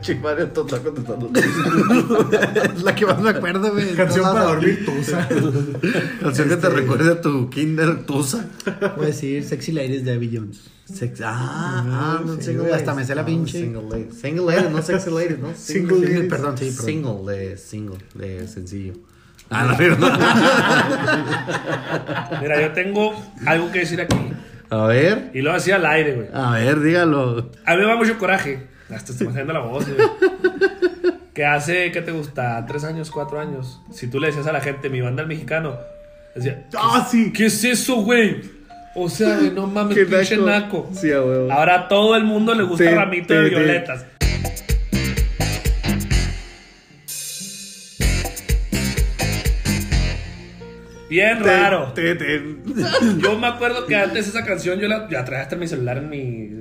Speaker 1: Chimario total
Speaker 3: (laughs)
Speaker 1: contestando.
Speaker 4: es la que más me acuerdo, güey.
Speaker 3: Canción
Speaker 4: Todas
Speaker 1: ah,
Speaker 3: para
Speaker 4: las-
Speaker 3: dormir, Este. tú sabes.
Speaker 1: Canción que te recuerde a tu Kinder Tusa.
Speaker 4: Voy a decir Sexy Ladies de Abby Jones.
Speaker 1: Sex. Ah, ah, no,
Speaker 4: sí,
Speaker 1: single
Speaker 4: güey,
Speaker 1: ladies.
Speaker 4: hasta me sé la
Speaker 1: No,
Speaker 4: pinche.
Speaker 1: Single ladies. Single ladies, no sexy ladies, (laughs) ¿no?
Speaker 4: Single ladies.
Speaker 1: Perdón, sí,
Speaker 4: perdón.
Speaker 1: Single de single, de sencillo. Ah, no, no.
Speaker 2: Mira, yo tengo algo que decir aquí.
Speaker 1: (laughs) A ver,
Speaker 2: Y lo hacía al aire, güey.
Speaker 1: a ver, dígalo.
Speaker 2: A mí me da mucho coraje. Hasta se me está yendo la voz, güey. Que hace, ¿qué te gusta? ¿Tres años, cuatro años? Si tú le decías a la gente, mi banda el mexicano, decía,
Speaker 3: Ah,
Speaker 1: (laughs)
Speaker 3: sí.
Speaker 2: ¿qué es eso, güey? O sea, güey, no mames, pinche naco.
Speaker 1: Sí, a huevo.
Speaker 2: Ahora a todo el mundo le gusta
Speaker 1: Te-
Speaker 2: ramito
Speaker 1: te-
Speaker 2: de
Speaker 1: te-
Speaker 2: violetas. Bien raro.
Speaker 1: Te- te-
Speaker 2: Yo me acuerdo que antes esa canción yo la, yo la traía hasta en mi celular, en mi,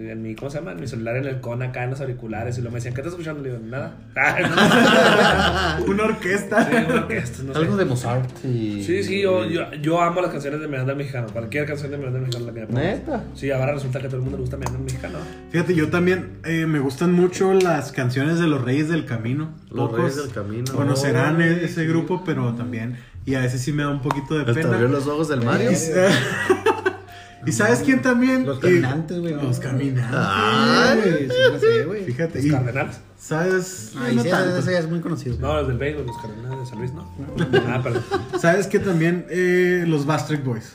Speaker 2: en mi, ¿cómo se llama? En mi celular, en el con acá, en los auriculares. Y lo me decían, ¿qué estás escuchando? Le digo, nada. (laughs) Ah,
Speaker 1: Ah.
Speaker 3: Una orquesta.
Speaker 2: Sí, una orquesta, no sé.
Speaker 1: Algo de Mozart. y-
Speaker 2: Sí, sí, yo, yo, yo amo las canciones de mi banda mexicano. Cualquier canción de mi banda mexicana la que me
Speaker 4: ¿Eh?
Speaker 2: pongas.
Speaker 1: Neta.
Speaker 2: Sí, ahora resulta que a todo el mundo le gusta mi banda mexicana.
Speaker 3: Fíjate, yo también eh, me gustan mucho las canciones de Los Reyes del Camino.
Speaker 1: Los
Speaker 3: Pocos
Speaker 1: Reyes del Camino.
Speaker 3: Conocerán e- ese grupo, pero también. Y a veces sí me da un poquito de
Speaker 1: Hasta
Speaker 3: pena.
Speaker 1: abrió los ojos del Mario.
Speaker 3: (laughs) ¿Y sabes quién también?
Speaker 4: Los
Speaker 3: Y-
Speaker 4: caminantes, güey.
Speaker 3: Los caminantes.
Speaker 1: Ay.
Speaker 4: Güey, sí la sé, güey.
Speaker 3: Fíjate.
Speaker 2: Los
Speaker 3: Y,
Speaker 2: Cardenales.
Speaker 3: ¿Sabes?
Speaker 1: Ah,
Speaker 4: Ay,
Speaker 3: No
Speaker 4: sí,
Speaker 3: tanto.
Speaker 4: esa, esa ya es muy conocida.
Speaker 2: No, los del béisbol, los Cardenales de San Luis, no. Ah, perdón.
Speaker 3: ¿Sabes que también eh, los Bastard Boys?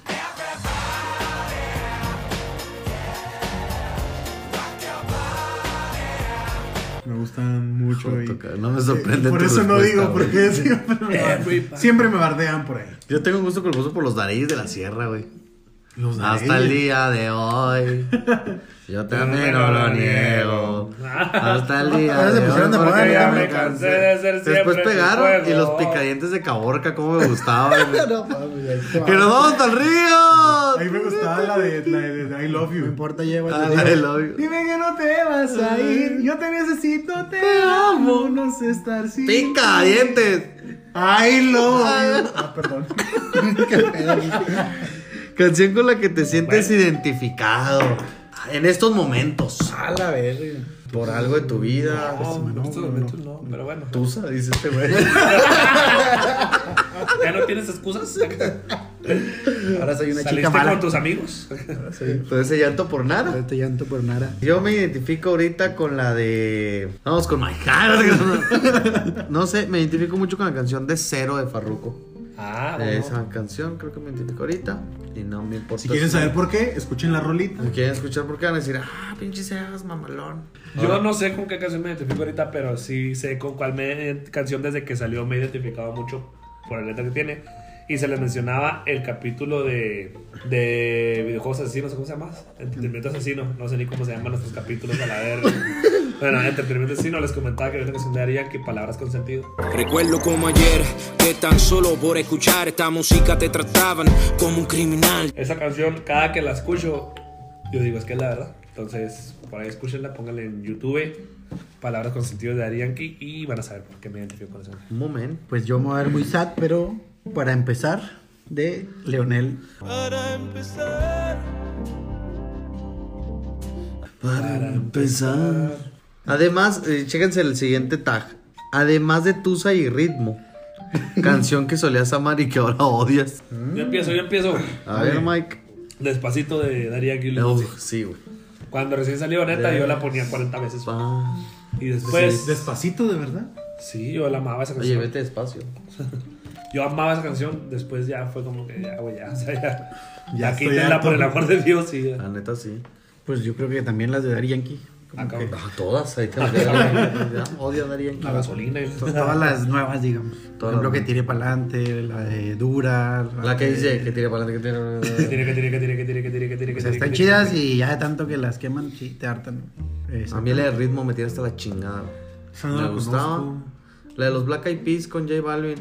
Speaker 3: Me gustan mucho. y- eh,
Speaker 1: No me sorprende.
Speaker 3: por
Speaker 1: tu
Speaker 3: eso no
Speaker 1: respuesta,
Speaker 3: digo,
Speaker 1: güey.
Speaker 3: porque siempre
Speaker 4: Eh,
Speaker 3: me, bardean, siempre me bardean por ahí.
Speaker 1: Yo tengo un gusto culposo por los Dareyes de la Sierra, güey.
Speaker 3: Los de
Speaker 1: Hasta el
Speaker 3: ellos.
Speaker 1: día de hoy. (laughs) Yo también no lo niego. Hasta (laughs) el día
Speaker 4: Ahora se
Speaker 1: de hoy.
Speaker 4: pusieron de moda,
Speaker 1: porque
Speaker 4: ya
Speaker 1: ya
Speaker 4: me
Speaker 1: me cansé
Speaker 2: cansé de ser
Speaker 1: Después
Speaker 2: siempre tu
Speaker 1: pegaron
Speaker 2: juego.
Speaker 1: y los picadientes de Caborca, cómo me (laughs) gustaba. güey.
Speaker 4: No, mami, ahí (laughs) te va.
Speaker 1: ¡Que nos vamos al
Speaker 3: A mí
Speaker 1: río!
Speaker 3: me gustaba la de, la de, de I Love
Speaker 4: No
Speaker 3: You.
Speaker 4: importa, lleva.
Speaker 1: Ah, la del hoyo.
Speaker 3: Dime que no te vas a ir. Yo te necesito, te amo. No sé estar sin.
Speaker 1: ¡Picadientes!
Speaker 3: I love you. Ah, (laughs) perdón.
Speaker 1: Canción con la que te sientes
Speaker 2: Bueno.
Speaker 1: identificado. En estos momentos.
Speaker 4: A la verga.
Speaker 1: Por algo de tu vida.
Speaker 2: en estos momentos no, pero bueno.
Speaker 1: Tusa, dice este (laughs) güey.
Speaker 2: ¿Ya no tienes excusas?
Speaker 4: (laughs) Ahora soy una chica
Speaker 2: ¿Saliste con
Speaker 4: mala.
Speaker 2: tus amigos?
Speaker 4: Ahora soy-
Speaker 1: Todo ese llanto por nada.
Speaker 4: Ahora te llanto por nada.
Speaker 1: Yo me identifico ahorita con la de. Vamos con My Heart. No sé, me identifico mucho con la canción de Cero de Farruko.
Speaker 2: Ah,
Speaker 1: Esa canción creo que me identifico ahorita. Y no me importa.
Speaker 3: Si quieren saber por qué, escuchen la rolita.
Speaker 1: Si quieren escuchar por qué van a decir, ah, pinche seas mamalón.
Speaker 2: Yo no sé con qué canción me identifico ahorita, pero sí sé con cuál me- canción desde que salió me he identificado mucho por la letra que tiene. Y se les mencionaba el capítulo de, de videojuegos asesinos, ¿cómo se llama? Entretenimiento asesino, no sé ni cómo se llaman nuestros capítulos a la verga. bueno, entretenimiento asesino les comentaba que había una canción de Ari Yankee, palabras con sentido.
Speaker 10: Recuerdo como ayer que tan solo por escuchar esta música te trataban como un criminal.
Speaker 2: Esa canción, cada que la escucho, yo digo, es que es la verdad. Entonces, por ahí escúchenla, pónganla en YouTube, palabras con sentido de Ari Yankee y van a saber por qué me identifico con esa canción.
Speaker 1: Un momento.
Speaker 4: Pues yo me voy a ver muy sad, pero para empezar, de Leonel.
Speaker 6: Para empezar.
Speaker 1: Para empezar. Además, eh, chéquense el siguiente tag. Además de Tusa y Ritmo. Canción que solías amar y que ahora odias.
Speaker 2: Yo empiezo, yo empiezo.
Speaker 1: A ver, Mike.
Speaker 2: Despacito de Daría
Speaker 1: Uf, sí, güey.
Speaker 2: Cuando recién salió, neta, yo la ponía 40 veces.
Speaker 1: Pa.
Speaker 2: Y
Speaker 3: Pues,
Speaker 2: después.
Speaker 3: Despacito, de verdad.
Speaker 2: Sí, yo la amaba esa
Speaker 1: Oye,
Speaker 2: canción.
Speaker 1: vete despacio.
Speaker 2: Yo amaba esa canción. Después ya fue como que ya, güey, ya. O sea, ya.
Speaker 3: Ya
Speaker 2: Ya
Speaker 3: estoy
Speaker 2: quítenla
Speaker 3: harto.
Speaker 2: por el amor de Dios. Y ya.
Speaker 1: La neta, sí.
Speaker 4: Pues yo creo que también las de Daddy Yankee. Como
Speaker 2: Acabo.
Speaker 4: que-
Speaker 1: Ah, todas, ahí te la ya, Odio a Darían.
Speaker 2: La gasolina y
Speaker 4: to- todas las nuevas, digamos. Por
Speaker 1: Todas
Speaker 4: ejemplo,
Speaker 1: las
Speaker 4: que tire para adelante, la de Dura.
Speaker 1: La que
Speaker 4: de-
Speaker 1: dice que tira para adelante, que
Speaker 2: Que (laughs)
Speaker 1: tira.
Speaker 2: tiene, que tiene, que tiene, que tiene, que tiene, que tiene, que
Speaker 4: O sea,
Speaker 2: tiene,
Speaker 4: Pues están
Speaker 2: que
Speaker 4: chidas
Speaker 2: tiene.
Speaker 4: y ya de tanto que las queman, sí, te hartan. Eh,
Speaker 1: A mí la de ritmo me tira hasta la chingada.
Speaker 3: Esa no
Speaker 1: me
Speaker 3: la
Speaker 1: gustaba.
Speaker 3: conozco.
Speaker 1: La de los Black Eyed Peas con J Balvin.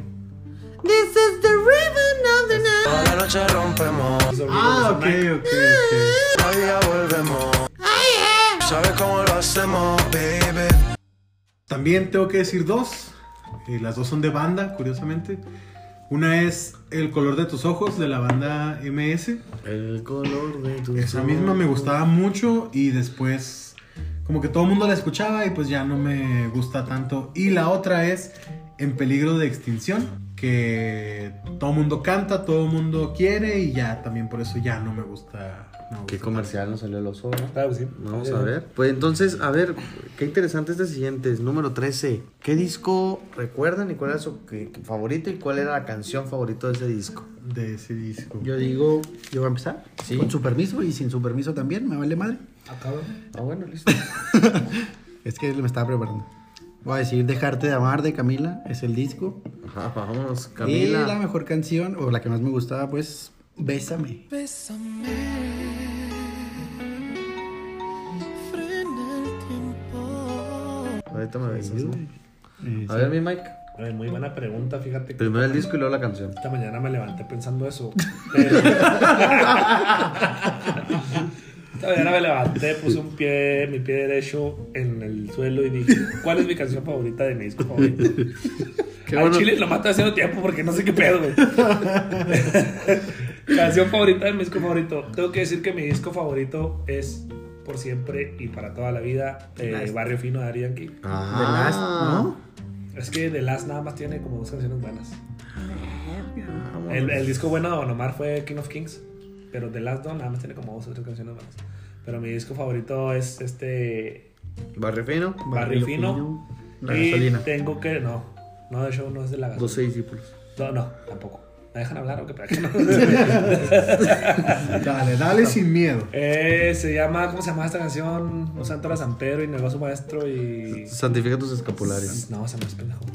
Speaker 1: This is the ribbon of the night.
Speaker 6: Toda la noche rompemos.
Speaker 2: Mis amigos,
Speaker 3: Ah, ok,
Speaker 2: Nike.
Speaker 3: ok, ok.
Speaker 6: Todavía volvemos. ¿Sabes cómo lo hacemos, baby?
Speaker 3: También tengo que decir dos. Y las dos son de banda, curiosamente. Una es El color de tus ojos, de la banda MS.
Speaker 1: El color de tu
Speaker 3: Esa misma me gustaba mucho y después como que todo el mundo la escuchaba y pues ya no me gusta tanto. Y la otra es En peligro de extinción, que todo el mundo canta, todo el mundo quiere y ya también por eso ya no me gusta. no me
Speaker 1: Qué
Speaker 3: gusta
Speaker 1: comercial nos salió el oso, ¿no?
Speaker 2: Ah, pues sí.
Speaker 1: Vamos a ver. Pues entonces, a ver, qué interesante este siguiente, es número 13. ¿Qué disco recuerdan y cuál era su que- favorito y cuál era la canción favorita de ese disco?
Speaker 3: tanto De ese disco.
Speaker 4: Yo digo, yo voy a empezar.
Speaker 1: Sí.
Speaker 4: Con su permiso y sin su permiso también, me vale madre.
Speaker 2: Acabo.
Speaker 1: Ah, bueno, listo.
Speaker 4: Es que me estaba preparando. Voy a decir Dejarte de amar de Camila, es el disco.
Speaker 1: Ajá, vámonos,
Speaker 4: Y la
Speaker 1: Camila.
Speaker 4: mejor canción, o la que más me gustaba, pues, Bésame.
Speaker 1: Ahorita me ves.
Speaker 4: Eh,
Speaker 1: A ver, mi Mike.
Speaker 2: Ay, Muy buena pregunta, fíjate. que
Speaker 1: Primero el disco y luego la canción.
Speaker 2: Esta mañana me levanté pensando eso. pero-
Speaker 1: Ah.
Speaker 2: Esta mañana me levanté, puse un pie, mi pie derecho en el suelo y dije, ¿cuál es mi canción favorita de mi disco favorito?
Speaker 1: (laughs) Qué
Speaker 2: Al
Speaker 1: bueno.
Speaker 2: Chile lo mato haciendo tiempo porque no sé qué pedo,
Speaker 1: (laughs)
Speaker 2: güey. canción favorita de mi disco favorito. Tengo que decir que mi disco favorito es por siempre y para toda la vida eh, Barrio Fino de Ari Yankee.
Speaker 4: The Last, ¿no?
Speaker 2: Es que The Last nada más tiene como dos canciones buenas.
Speaker 1: Ah,
Speaker 2: El, el disco bueno de Don Omar fue King of Kings, pero The Last Don nada más tiene como dos o tres canciones buenas. Pero mi disco favorito es este
Speaker 1: Barrio Fino.
Speaker 2: Barrio Fino.
Speaker 4: La
Speaker 2: y
Speaker 4: gasolina.
Speaker 2: tengo que. No, no, de hecho no es de la
Speaker 1: Los
Speaker 2: gasolina.
Speaker 1: seis discípulos.
Speaker 2: No, no, tampoco. ¿Me dejan hablar o qué? ¿Para
Speaker 1: (laughs)
Speaker 2: qué no?
Speaker 3: Dale, dale sin miedo.
Speaker 2: Eh, se llama, ¿cómo se llama esta canción? Un santo era San Pedro y negó a su maestro y.
Speaker 1: Santifica tus escapulares.
Speaker 2: No, se me es pendejo.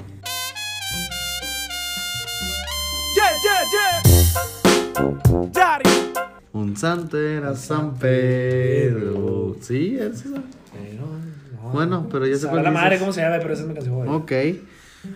Speaker 7: Yeah, yeah, yeah. Daddy.
Speaker 1: Un santo era San Pedro. Sí, es esa.
Speaker 2: Pero, no.
Speaker 1: Bueno, pero ya sé
Speaker 2: Sabrá
Speaker 1: cuál
Speaker 2: la madre
Speaker 1: dices.
Speaker 2: cómo se llama, pero esa es mi canción favorita.
Speaker 1: Ok.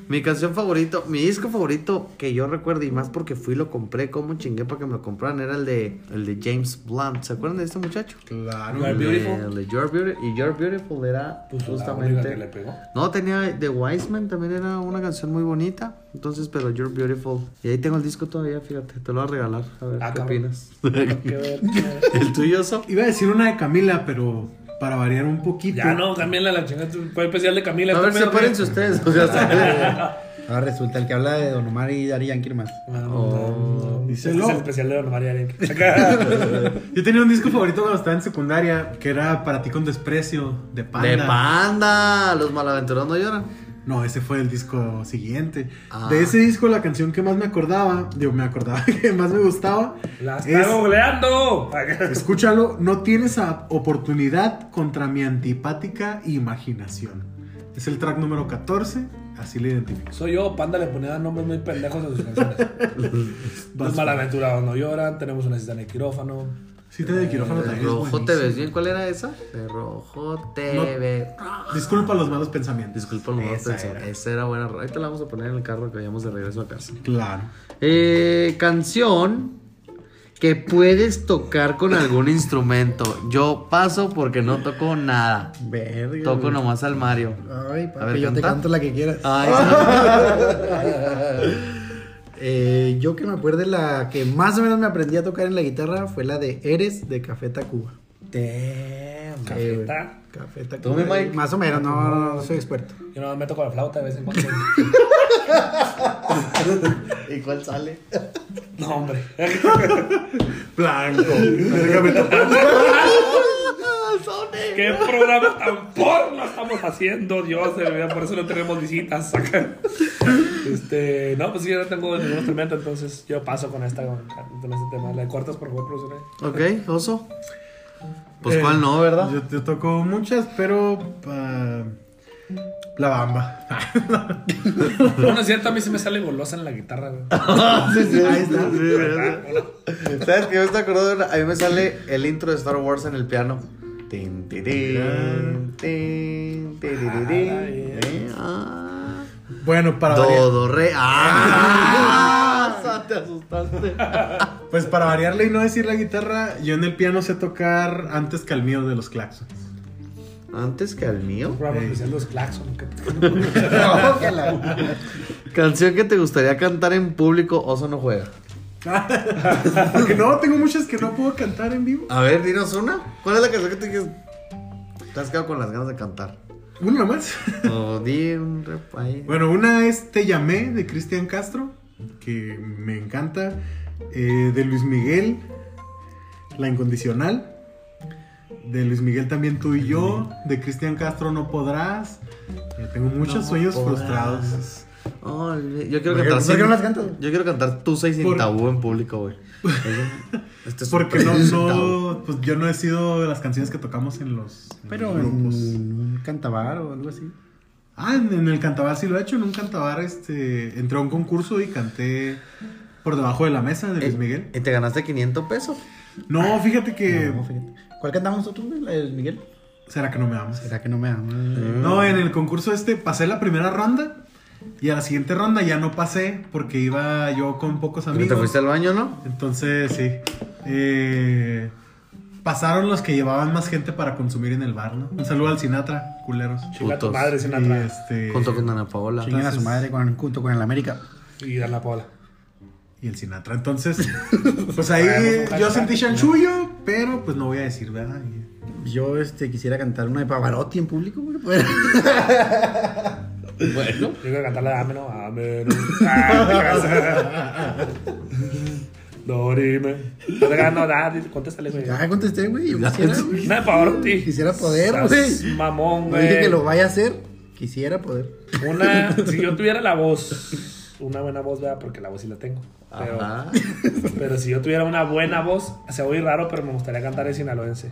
Speaker 1: Mi canción favorito, mi disco favorito que yo recuerdo y más porque fui y lo compré, como chingué para que me lo compraran, era el de, el de James Blunt. ¿Se acuerdan de este muchacho?
Speaker 3: Claro.
Speaker 1: El de- el de You're Beautiful. Y You're Beautiful era justamente.
Speaker 2: Pues, que
Speaker 1: (laughs)
Speaker 2: le pegó.
Speaker 1: No, tenía The Wiseman, también era una canción muy bonita. Entonces, pero You're Beautiful. Y ahí tengo el disco todavía, fíjate, te lo voy a regalar. A ver, ¿qué opinas? ¿El tuyo, Sam?
Speaker 3: Iba a decir una de Camila, pero para variar un poquito.
Speaker 2: Ya no, Camila, la chingada. Fue especial de Camila.
Speaker 1: A ver,
Speaker 2: Espérame.
Speaker 1: sepárense ustedes. o sea, (laughs) se-
Speaker 4: Ahora resulta el que habla de Don Omar y Dari Yankee más.
Speaker 2: Ah,
Speaker 1: Oh.
Speaker 2: Este
Speaker 3: Díselo.
Speaker 2: es el especial de Don María Arenque.
Speaker 1: (laughs)
Speaker 2: Acá.
Speaker 3: Yo tenía un disco favorito cuando estaba en secundaria, que era Para ti con desprecio, de Panda.
Speaker 1: De panda, los malaventurados no lloran.
Speaker 3: No, ese fue el disco siguiente.
Speaker 1: Ah.
Speaker 3: De ese disco, la canción que más me acordaba, digo, me acordaba (laughs) que más me gustaba,
Speaker 2: La está
Speaker 3: es
Speaker 2: googleando. Acá.
Speaker 3: Escúchalo, no tienes a- oportunidad contra mi antipática imaginación. Es el track número 14, así le identifico.
Speaker 2: Soy yo, Panda le ponía nombres muy pendejos a sus canciones. Los
Speaker 3: Vas,
Speaker 2: malaventurados no lloran, tenemos una cita en el quirófano.
Speaker 3: Sí, te de quirófano
Speaker 1: De
Speaker 3: también.
Speaker 1: rojo
Speaker 3: es
Speaker 1: te ves
Speaker 3: buenísimo.
Speaker 1: bien. ¿Cuál era esa? De rojo te
Speaker 3: No.
Speaker 1: ves.
Speaker 3: Disculpa los malos pensamientos.
Speaker 1: Disculpa, lo más
Speaker 3: Esa
Speaker 1: pensado.
Speaker 3: era.
Speaker 1: Esa era buena. Ahorita la vamos a poner en el carro que vayamos de regreso a casa.
Speaker 3: Claro.
Speaker 1: Eh, canción que puedes tocar con algún instrumento. Yo paso porque no toco nada.
Speaker 4: Verga.
Speaker 1: Toco
Speaker 4: güey.
Speaker 1: nomás al Mario.
Speaker 4: Ay, papi,
Speaker 1: A ver,
Speaker 4: yo te
Speaker 1: canta.
Speaker 4: canto la que quieras. Ah.
Speaker 1: Ay, sí.
Speaker 4: Eh, yo que me acuerde, la que más o menos me aprendí a tocar en la guitarra fue la de Eres de Café Tacuba. Damn.
Speaker 2: Café Ta-
Speaker 4: Eh, Café Tacuba.
Speaker 1: ¿Tú, mi Mike?
Speaker 4: Más o menos, no, no, no, no soy experto.
Speaker 2: Yo no me toco la flauta de vez en cuando.
Speaker 4: (laughs) ¿Y cuál sale?
Speaker 2: No, hombre. (laughs)
Speaker 3: Blanco.
Speaker 1: (laughs)
Speaker 3: Verga, me tocó.
Speaker 2: ¿Qué programa tan porno estamos haciendo? Dios, de verdad, por eso no tenemos visitas acá. Este, no, pues sí, yo no tengo ningún instrumento, entonces yo paso con esta con, con este tema. ¿Le cortas, por favor, producción?
Speaker 1: ok, oso. Pues
Speaker 3: Eh,
Speaker 1: cuál no, ¿verdad?
Speaker 3: Yo te toco muchas, pero. ah, la bamba.
Speaker 2: No, no es cierto, a mí se me sale golosa en la guitarra.
Speaker 4: (laughs)
Speaker 2: güey.
Speaker 1: Ahí está. ¿Sabes qué? Yo me acuerdo de una- A mí me sale el intro de Star Wars en el piano. Tin, ti, tin, tin, ti, ti, ti, ti. Eh, ah.
Speaker 3: Bueno, para variar-
Speaker 1: Do, do, re. ¡Ah! Te asustaste.
Speaker 3: Pues para variarle y no decir la guitarra, yo en el piano sé tocar antes que al mío de los claxons. (laughs)
Speaker 1: Antes que al mío.
Speaker 2: (laughs) Un programa especial de los claxon. que-
Speaker 1: Canción que te gustaría cantar en público, Oso no juega.
Speaker 3: Porque no, tengo muchas que no puedo cantar en vivo.
Speaker 1: A ver, dinos una. ¿Cuál es la canción que te quieres? Te has quedado con las ganas de cantar.
Speaker 3: Una más.
Speaker 1: (laughs) O di un rep ahí.
Speaker 3: (laughs) Bueno, una es Te llamé de Cristian Castro, que me encanta. Eh, de Luis Miguel, La Incondicional. De Luis Miguel también tú y yo. De Cristian Castro No Podrás. Eh, tengo muchos
Speaker 1: No
Speaker 3: sueños
Speaker 1: podrás.
Speaker 3: frustrados.
Speaker 1: Oh, yo quiero
Speaker 4: ¿Por
Speaker 1: cantar.
Speaker 4: qué- por qué
Speaker 1: sin-
Speaker 4: no las cantas?
Speaker 1: Yo quiero cantar tú seis sin
Speaker 3: Por-
Speaker 1: tabú en público, güey. Eso- Este es un
Speaker 3: Porque no,
Speaker 1: sin tabú.
Speaker 3: no, pues yo no he sido de las canciones que tocamos en los, en
Speaker 4: Pero
Speaker 3: los
Speaker 4: en
Speaker 3: grupos.
Speaker 4: un cantabar o algo así.
Speaker 3: Ah, en, en el cantabar sí lo he hecho. En un cantabar este, entré a un concurso y canté por debajo de la mesa de Luis Miguel.
Speaker 1: Eh, ¿Y te ganaste 500 pesos?
Speaker 3: No, fíjate que.
Speaker 4: No, fíjate. ¿Cuál cantamos nosotros, güey? ¿La del Miguel?
Speaker 3: ¿Será que no me amas?
Speaker 4: ¿Será que no me ama?
Speaker 3: No, en el concurso este pasé la primera ronda y a la siguiente ronda ya no pasé porque iba yo con pocos
Speaker 1: Pero ¿Te
Speaker 3: amigos.
Speaker 1: fuiste al baño, no?
Speaker 3: Entonces, sí. Eh, pasaron los que llevaban más gente para consumir en el bar, ¿no? Un saludo al Sinatra, culeros.
Speaker 2: Chinga tu
Speaker 1: Putos.
Speaker 2: madre, sin
Speaker 3: Y,
Speaker 2: atrás.
Speaker 3: este,
Speaker 1: Junto con Ana Paola.
Speaker 4: Chinguen a su madre con, junto con el América.
Speaker 2: Y dar la pola.
Speaker 3: y el Sinatra.
Speaker 4: (laughs)
Speaker 3: Entonces, pues ahí
Speaker 2: Traemos un
Speaker 3: yo
Speaker 2: hashtag.
Speaker 3: sentí chanchullo, pero pues no voy a decir, ¿verdad? Y-
Speaker 4: Yo este, quisiera cantar una de Pavarotti en público, güey. pues.
Speaker 1: Bueno.
Speaker 2: Yo quiero cantarle a Ameno. Ameno. Ah, (laughs) Dorime. No te ganas nada, contéstale, güey.
Speaker 4: (laughs) Ya contesté, güey. Yo quisiera, güey.
Speaker 2: Una de Pavarotti.
Speaker 4: Quisiera poder,
Speaker 2: Estás
Speaker 4: güey.
Speaker 2: Mamón,
Speaker 4: No
Speaker 2: güey.
Speaker 4: dije que lo vaya a hacer. Quisiera poder.
Speaker 2: Una, si yo tuviera la voz, una buena voz, ¿verdad? Porque la voz sí la tengo. Pero,
Speaker 1: Ajá.
Speaker 2: pero si yo tuviera una buena voz, se oye raro, pero me gustaría cantar el sinaloense.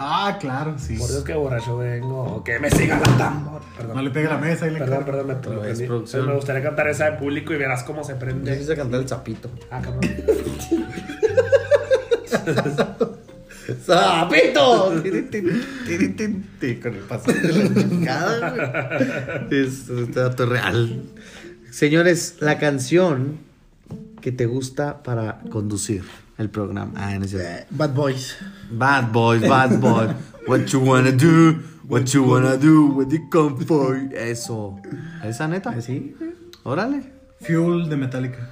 Speaker 3: Ah, claro, sí.
Speaker 2: Por Dios, que borracho vengo. Que me siga la tambor. Perdón.
Speaker 3: No le pegue la mesa y le
Speaker 2: Perdón, perdón, me, lo
Speaker 1: vez,
Speaker 2: prendí.
Speaker 1: producción.
Speaker 2: me gustaría cantar esa en público y verás cómo se
Speaker 1: Yo
Speaker 2: prende.
Speaker 1: quise cantar el zapito.
Speaker 2: Ah, cabrón.
Speaker 1: (laughs) ¡Sapito! Con el paso de la chingada, güey. Es un Este, dato real. Señores, la canción que te gusta para conducir el programa. Ah, no es cierto.
Speaker 4: Bad Boys.
Speaker 1: Bad boys, bad boys. What you wanna do, what you wanna do, what you come for. Eso. ¿Esa neta?
Speaker 4: Sí.
Speaker 1: Órale.
Speaker 3: Fuel de Metallica.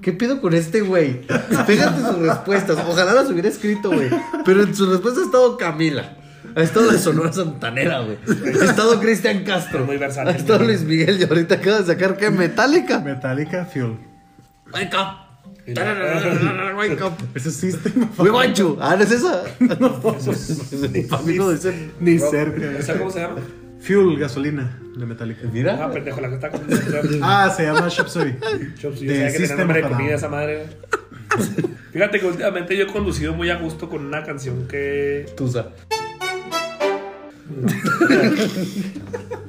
Speaker 1: ¿Qué pedo con este güey? Fíjate sus respuestas. Ojalá las hubiera escrito, güey. Pero en su respuesta ha estado Camila. Ha estado de Sonora Santanera, güey. Ha estado Cristian Castro.
Speaker 2: Muy
Speaker 1: ha
Speaker 2: versátil.
Speaker 1: estado Luis Miguel y ahorita acaba de sacar que Metallica.
Speaker 3: Metallica, Fuel.
Speaker 1: Wake up. Wake (laughs) up.
Speaker 3: Ese sistema.
Speaker 1: We want you. Ah, ¿no es esa? (laughs) Ni pa' mí no dice.
Speaker 3: Ni (laughs) cerca.
Speaker 2: ¿Sabes cómo se llama?
Speaker 3: Fuel, gasolina de Metallica.
Speaker 2: Ah,
Speaker 1: Mira.
Speaker 2: pendejo, la que está con Yo
Speaker 3: Ah, se llama
Speaker 2: (laughs)
Speaker 3: Shopsoy.
Speaker 2: pues, sabía que tenía
Speaker 3: System
Speaker 2: nombre de
Speaker 3: of a
Speaker 2: comida
Speaker 3: Down.
Speaker 2: esa madre. (laughs) Fíjate que últimamente yo he conducido muy a gusto con una canción que.
Speaker 1: Tusa.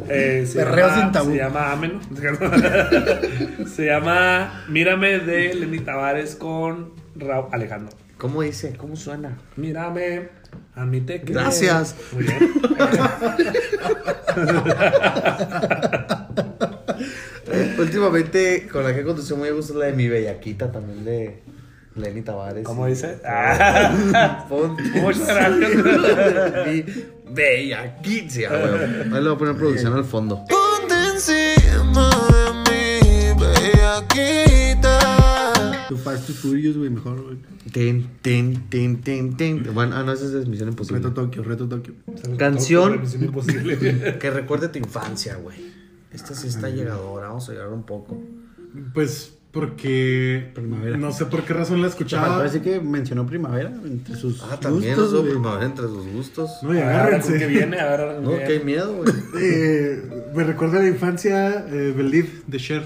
Speaker 2: Eh, se
Speaker 4: Perreo
Speaker 2: llama-
Speaker 4: sin tabú.
Speaker 2: Se llama Ameno. (laughs) se llama Mírame de Lenny Tavares con Raúl Alejandro.
Speaker 1: ¿Cómo dice? ¿Cómo suena?
Speaker 2: Mírame, a mí te creo.
Speaker 1: Gracias.
Speaker 2: Muy bien.
Speaker 1: Eh, (laughs) últimamente, con la que condució muy a gusto es la de mi bellaquita también de Lenny Tavares.
Speaker 2: ¿Cómo
Speaker 1: Y- (laughs)
Speaker 2: (laughs) dice? Ah.
Speaker 1: Ponte-
Speaker 2: Muchas (laughs) gracias.
Speaker 1: mi bellaquita. Sí, ah, bueno. Ahí le voy a poner producción al fondo.
Speaker 6: Ponte encima de mí, bellaquita.
Speaker 4: Tu Fast to Furious, güey, mejor, güey.
Speaker 1: Tin, tin, tin, tin, tin. Bueno, ah, no, esa es Misión Imposible.
Speaker 4: Reto Tokio, reto Tokio.
Speaker 1: Canción.
Speaker 2: Misión (laughs) imposible.
Speaker 1: Que recuerde tu infancia, güey. Esta sí está llegadora. Vamos a llegar un poco.
Speaker 3: Pues porque.
Speaker 4: Primavera.
Speaker 3: No sé por qué razón la escuchaba.
Speaker 4: Parece que mencionó Primavera entre sus
Speaker 1: Ah, también.
Speaker 4: gustos,
Speaker 1: eso,
Speaker 4: güey.
Speaker 1: primavera entre sus gustos.
Speaker 3: No, y
Speaker 2: Ahora con que
Speaker 3: agárrense.
Speaker 2: viene, ahora con
Speaker 1: No,
Speaker 2: que
Speaker 1: qué
Speaker 2: viene.
Speaker 1: miedo,
Speaker 2: (laughs)
Speaker 1: güey.
Speaker 3: (laughs) Eh, me recuerda a la infancia eh, Believe de Cher.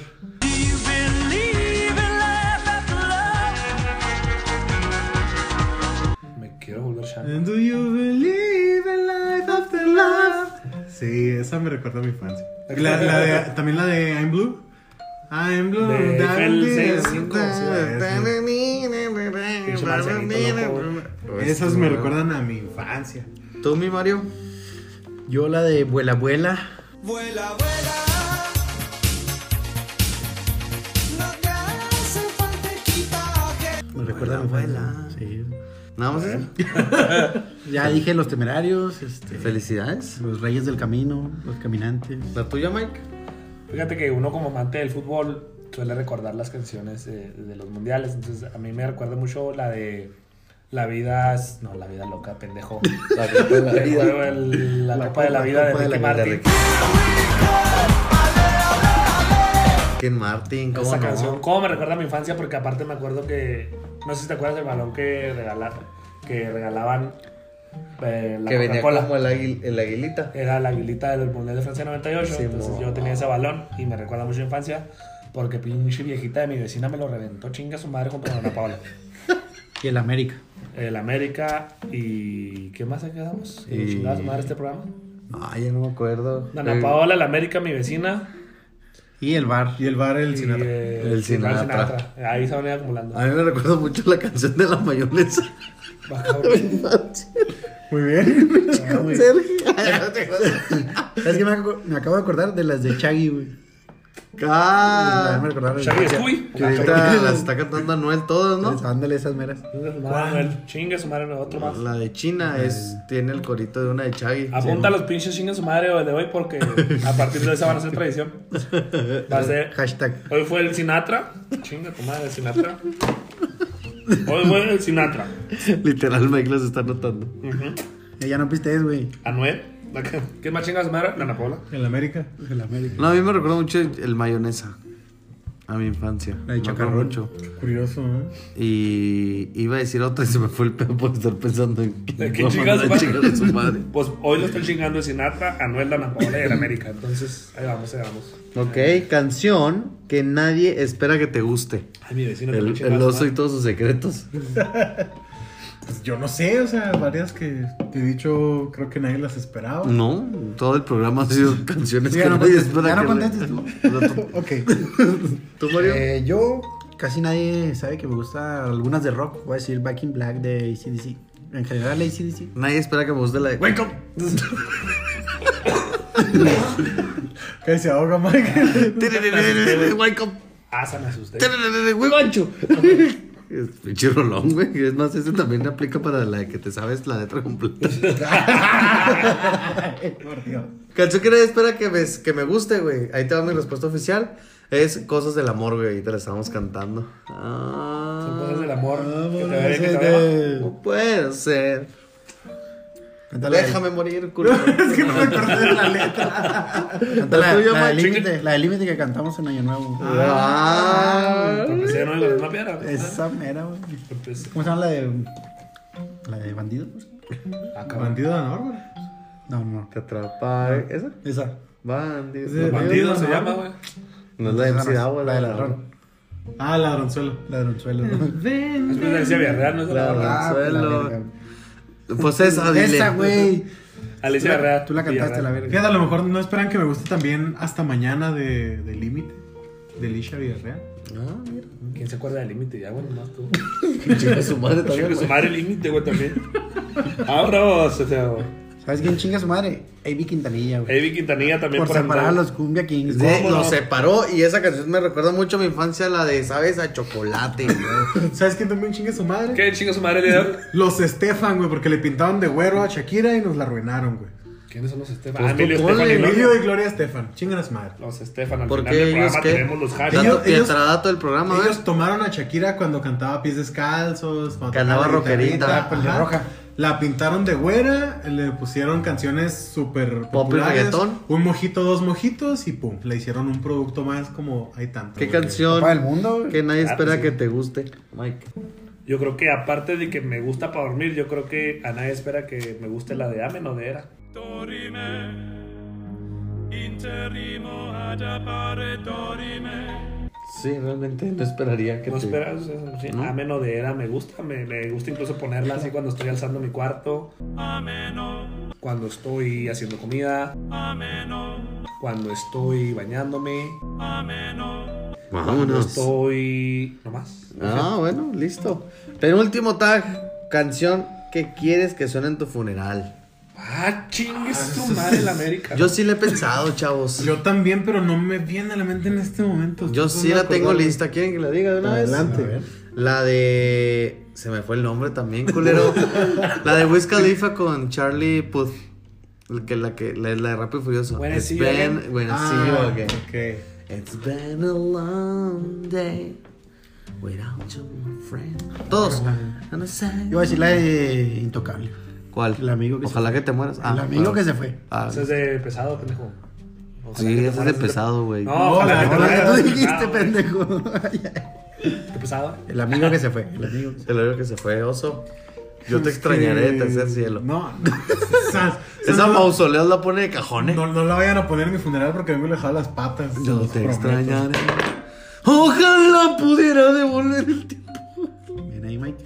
Speaker 2: Me quiero volver Shannon.
Speaker 3: And do you believe in life after love? Sí, esa me recuerda a mi infancia. La, la de, también la de I'm Blue. I'm Blue.
Speaker 2: De Eiffel
Speaker 3: darling.
Speaker 2: 65, sí,
Speaker 3: Esas me recuerdan a mi infancia.
Speaker 1: ¿Tú, mi Mario?
Speaker 4: Yo la de Vuela Vuela.
Speaker 6: Vuela, vuela. No te hace falta equipaje.
Speaker 4: Me recuerda a mi
Speaker 1: Vuela,
Speaker 4: infancia. Sí.
Speaker 1: Nada más eso.
Speaker 4: Ya dije Los Temerarios, este,
Speaker 1: Felicidades.
Speaker 4: Los Reyes del Camino, Los Caminantes.
Speaker 1: ¿La tuya, Mike?
Speaker 2: Fíjate que uno como amante del fútbol suele recordar las canciones eh, de los mundiales. Entonces a mí me recuerda mucho la de La vida es- no, la vida loca, pendejo. (laughs) La copa de la vida, la copa de la vida de
Speaker 1: Copa vida
Speaker 2: Ricky
Speaker 1: de
Speaker 2: Martin.
Speaker 1: Ricky. Ken Martin, ¿cómo
Speaker 2: Esa
Speaker 1: no?
Speaker 2: canción, ¿cómo me recuerda a mi infancia? Porque aparte me acuerdo que, no sé si te acuerdas del balón que regalaban, que regalaban eh, la
Speaker 1: Que venía como
Speaker 2: Coca-Cola.
Speaker 1: el, aguil- el aguilita.
Speaker 2: Era la aguilita del Mundial de Francia 98,
Speaker 1: Sí,
Speaker 2: entonces
Speaker 1: mo.
Speaker 2: yo tenía ese balón y me recuerda mucho a mi infancia porque pinche viejita de mi vecina me lo reventó, chinga su madre con Ana
Speaker 1: (laughs)
Speaker 2: Paula.
Speaker 4: Y el América.
Speaker 2: El América y... ¿qué más quedamos? ¿Y...
Speaker 1: Y-
Speaker 2: chingada su madre este programa?
Speaker 1: Ay, ya no me acuerdo.
Speaker 2: Ana
Speaker 1: Eh,
Speaker 2: Paola, el América, mi vecina
Speaker 4: Y el bar.
Speaker 3: Y el bar, el
Speaker 2: y,
Speaker 3: Sinatra.
Speaker 2: eh,
Speaker 1: El
Speaker 2: Frank
Speaker 1: Sinatra. Ah.
Speaker 2: Sinatra. Ahí se van a ir acumulando.
Speaker 1: A mí me recuerda mucho la canción de la
Speaker 2: (laughs)
Speaker 1: mayonesa.
Speaker 2: Va, cabrón.
Speaker 3: Muy
Speaker 4: (laughs)
Speaker 3: bien. Ah,
Speaker 4: ¿Sabes qué me, acu- me acabo de acordar? De las de Chaggy, güey.
Speaker 1: Ah,
Speaker 4: Me acordaba de las de
Speaker 2: Shaggy
Speaker 4: Chaggy.
Speaker 2: Scooby.
Speaker 1: que ahorita las está cantando Anuel todas,
Speaker 4: Entonces,
Speaker 1: ¿no?
Speaker 4: Ándale esas meras.
Speaker 2: Chinga su madre, Manuel. Chinga su madre, no, otro más.
Speaker 1: La de China es tiene el corito de una de Chaggy.
Speaker 2: Apunta los pinches chinga su madre de hoy porque a partir de esa van a ser tradición. Va a ser.
Speaker 4: Hashtag.
Speaker 2: Hoy fue el Sinatra. Chinga tu madre, Sinatra. Hoy fue el Sinatra.
Speaker 1: (laughs) Literal, Mike los está notando.
Speaker 2: Ujú.
Speaker 4: Eh, Ya no pistees, güey.
Speaker 2: Anuel. ¿Quién más chinga su madre? Nana Paula.
Speaker 3: El América.
Speaker 4: El América.
Speaker 1: No, a mí me recuerda mucho el mayonesa. A mi infancia.
Speaker 4: La de
Speaker 1: Me acuerdo
Speaker 4: chacarrón.
Speaker 1: mucho.
Speaker 3: Curioso, ¿eh?
Speaker 1: Y iba a decir otra y se me fue el pedo por estar pensando en
Speaker 2: ¿De qué
Speaker 1: no,
Speaker 2: chingas
Speaker 1: mandar
Speaker 2: madre?
Speaker 1: chingar a su madre.
Speaker 2: Pues hoy lo están chingando el Sinatra, Anuel, Nana Paula y el América. Entonces, ahí vamos, ahí vamos.
Speaker 1: Ok, canción que nadie espera que te guste.
Speaker 2: Ay, mi vecino también
Speaker 1: El,
Speaker 2: chinga
Speaker 1: el
Speaker 2: su
Speaker 1: oso y
Speaker 2: madre.
Speaker 1: todos sus secretos.
Speaker 3: Pues yo no sé, o sea, varias que te he dicho, creo que nadie las esperaba.
Speaker 1: No, todo el programa ha sido canciones
Speaker 4: Sí,
Speaker 1: que
Speaker 4: ya no
Speaker 1: nadie
Speaker 4: contestes,
Speaker 1: espera
Speaker 4: ya no
Speaker 3: Oh,
Speaker 1: que le-
Speaker 4: contestes tú.
Speaker 1: No, (laughs) tú.
Speaker 3: Ok.
Speaker 1: ¿Tú, Mario?
Speaker 4: Eh, yo, casi nadie sabe que me gusta algunas de rock. Voy a decir Back in Black de ACDC. En general, ACDC.
Speaker 1: Nadie espera que me guste la de.
Speaker 4: Wake up.
Speaker 3: Que se ahoga, Mike.
Speaker 2: (laughs)
Speaker 1: Wake up.
Speaker 2: (laughs) Ah, se me asusté.
Speaker 1: Güey, gancho. Es pinche rolón, güey. Es más, ese también aplica para la que te sabes la letra completa.
Speaker 3: Por Dios.
Speaker 1: Canción que nadie espera que me, que me guste, güey. Ahí te va mi respuesta oficial. Es Cosas del Amor, güey. Ahí te la estamos cantando. Ah,
Speaker 2: Son cosas del amor.
Speaker 3: Ah,
Speaker 2: Que te veré, que te veré.
Speaker 4: Cántala.
Speaker 1: No puede ser. Déjame morir, culo.
Speaker 3: Es que no me acordé de la letra.
Speaker 4: Cántala,
Speaker 1: tuyo,
Speaker 4: La
Speaker 1: ma-
Speaker 4: del límite, la del límite que cantamos en Año Nuevo.
Speaker 1: Ah.
Speaker 2: Empecé de nuevo con la misma piedra.
Speaker 4: Esa mera, güey.
Speaker 2: Empecé.
Speaker 4: ¿Cómo se llama la de. La de bandido?
Speaker 3: Bandido de honor, güey.
Speaker 4: No, no.
Speaker 1: Te atrapa. ¿Esa?
Speaker 4: Esa.
Speaker 1: Bandido.
Speaker 3: Sí.
Speaker 2: Bandido se llama, güey.
Speaker 1: No es la de MC Agua,
Speaker 4: La de
Speaker 1: ladrón.
Speaker 4: ladrón.
Speaker 3: Ah, ladronzuelo.
Speaker 4: Ladronzuelo. ¿no?
Speaker 2: Después de Alicia Villarreal, ¿no es de la
Speaker 1: Claro.
Speaker 2: verdad?
Speaker 4: Ah, pues, la
Speaker 1: Ladronzuelo.
Speaker 4: verga.
Speaker 1: Pues esa, dile.
Speaker 4: Esa, güey.
Speaker 2: Alicia Villarreal.
Speaker 4: Tú la cantaste, la verga.
Speaker 3: Fíjate, a lo mejor no esperan que me guste también Hasta Mañana de, de Límite, de Lisha Villarreal.
Speaker 1: Ah, mira.
Speaker 2: ¿Quién se acuerda del límite? Ya, güey, nomás tú.
Speaker 1: Chinga su madre
Speaker 2: Chingue
Speaker 1: también.
Speaker 2: su madre el límite, güey,
Speaker 4: (laughs)
Speaker 2: también. Vámonos, este, güey.
Speaker 4: ¿Sabes quién chinga su madre? Avi Quintanilla, güey.
Speaker 2: Evi Quintanilla también
Speaker 4: Por
Speaker 2: por
Speaker 4: separar a
Speaker 2: andar-
Speaker 4: los Cumbia Kings.
Speaker 1: Sí,
Speaker 4: ¿Cómo
Speaker 1: lo
Speaker 4: no?
Speaker 1: separó y esa canción me recuerda mucho a mi infancia, la de, ¿sabes? A chocolate,
Speaker 3: (laughs)
Speaker 1: güey.
Speaker 3: ¿Sabes quién también chingue su madre?
Speaker 2: ¿Qué chinga su madre el día de hoy?
Speaker 3: Los Estefan, güey, porque le pintaron de güero a Shakira y nos la arruinaron, güey.
Speaker 2: ¿Quiénes son los Estefan?
Speaker 1: Pues
Speaker 2: Ah, Emilio
Speaker 1: tú ponle,
Speaker 2: Estefan y
Speaker 3: Emilio
Speaker 2: Gloria.
Speaker 3: y Gloria Estefan, chingan a su madre.
Speaker 2: Los Estefan, al
Speaker 1: Porque
Speaker 2: final del
Speaker 1: ellos
Speaker 2: programa
Speaker 1: qué?
Speaker 2: tenemos los
Speaker 1: Dato
Speaker 2: hashtags.
Speaker 3: Ellos-
Speaker 1: pietradato del programa, a ver.
Speaker 3: Ellos tomaron a Shakira cuando cantaba pies descalzos, cuando
Speaker 1: Que andaba
Speaker 3: tocaba la
Speaker 1: rockerita.
Speaker 3: guitarrita,
Speaker 1: Ah, pues,
Speaker 4: de
Speaker 3: ajá.
Speaker 4: roja.
Speaker 3: La pintaron de güera, le pusieron canciones súper
Speaker 1: Pop y
Speaker 3: populares.
Speaker 1: reggaetón.
Speaker 3: Un mojito, dos mojitos y pum, le hicieron un producto más como hay tanto.
Speaker 1: ¿Qué
Speaker 3: güey.
Speaker 1: canción
Speaker 4: Copa del mundo, güey.
Speaker 1: que nadie
Speaker 2: Claro,
Speaker 1: espera
Speaker 2: sí.
Speaker 1: que te guste, Mike?
Speaker 2: Yo creo que aparte de que me gusta para dormir, yo creo que a nadie espera que me guste la de Amen o de Era.
Speaker 1: Sí, realmente no esperaría que
Speaker 2: No
Speaker 1: te...
Speaker 2: esperas, eso, sí.
Speaker 1: ¿No?
Speaker 2: Amen o de Era me gusta, me, me gusta incluso ponerla así cuando estoy alzando mi cuarto. Cuando estoy haciendo comida. Cuando estoy bañándome. Cuando
Speaker 1: Vámonos.
Speaker 2: estoy... ¿No más?
Speaker 1: Ah, bueno, listo. Penúltimo tag, canción que quieres que suene en tu funeral.
Speaker 2: Ah, chingues tu madre la América.
Speaker 1: Yo sí le he pensado, chavos.
Speaker 3: Yo también, pero no me viene a la mente en este
Speaker 4: Pues
Speaker 3: momento.
Speaker 1: Yo
Speaker 3: Estoy
Speaker 1: sí la
Speaker 3: acordando.
Speaker 1: tengo lista. ¿Quieren que la diga de una
Speaker 3: Adelante.
Speaker 1: vez? La de. Se me fue el nombre también, culero. la de Wiz Khalifa con Charlie Puth. El que- La que la, la de Rápido y Furioso.
Speaker 2: When I
Speaker 1: It's
Speaker 2: see you
Speaker 4: ¿eh?
Speaker 1: been,
Speaker 2: again.
Speaker 1: when I
Speaker 3: Ah,
Speaker 1: see you again.
Speaker 2: (laughs)
Speaker 3: ok.
Speaker 1: It's been a long day without you, my friend. Todos. And I say-
Speaker 4: Yo voy a decir la de Intocable.
Speaker 1: ¿Cuál?
Speaker 4: El amigo que se
Speaker 1: Ojalá que te mueras.
Speaker 4: El amigo
Speaker 1: perdón.
Speaker 4: que se fue.
Speaker 1: Ah,
Speaker 2: Eso es de pesado, pendejo. Ojalá
Speaker 1: sí,
Speaker 2: que te
Speaker 1: ese es de
Speaker 2: mueras.
Speaker 1: pesado, güey.
Speaker 2: No, ojalá que te
Speaker 4: Ahora
Speaker 2: mueras.
Speaker 4: tú dijiste,
Speaker 2: Pesado.
Speaker 4: pendejo. (laughs)
Speaker 2: ¿Te pesado?
Speaker 4: El amigo que se fue. El amigo que se
Speaker 1: El amigo que se fue, oso. Yo te extrañaré,
Speaker 3: Sí.
Speaker 1: tercer cielo.
Speaker 3: No, no. Esas- esas
Speaker 1: Esa
Speaker 3: no-
Speaker 1: mausoleo la pone de cajón, ¿eh?
Speaker 3: no, no la vayan a poner en mi funeral porque vengo dejado las patas. se
Speaker 1: Yo
Speaker 3: los
Speaker 1: te
Speaker 3: prometo.
Speaker 1: extrañaré. Ojalá pudiera devolver el tiempo.
Speaker 4: fue. Ven ahí, Mike.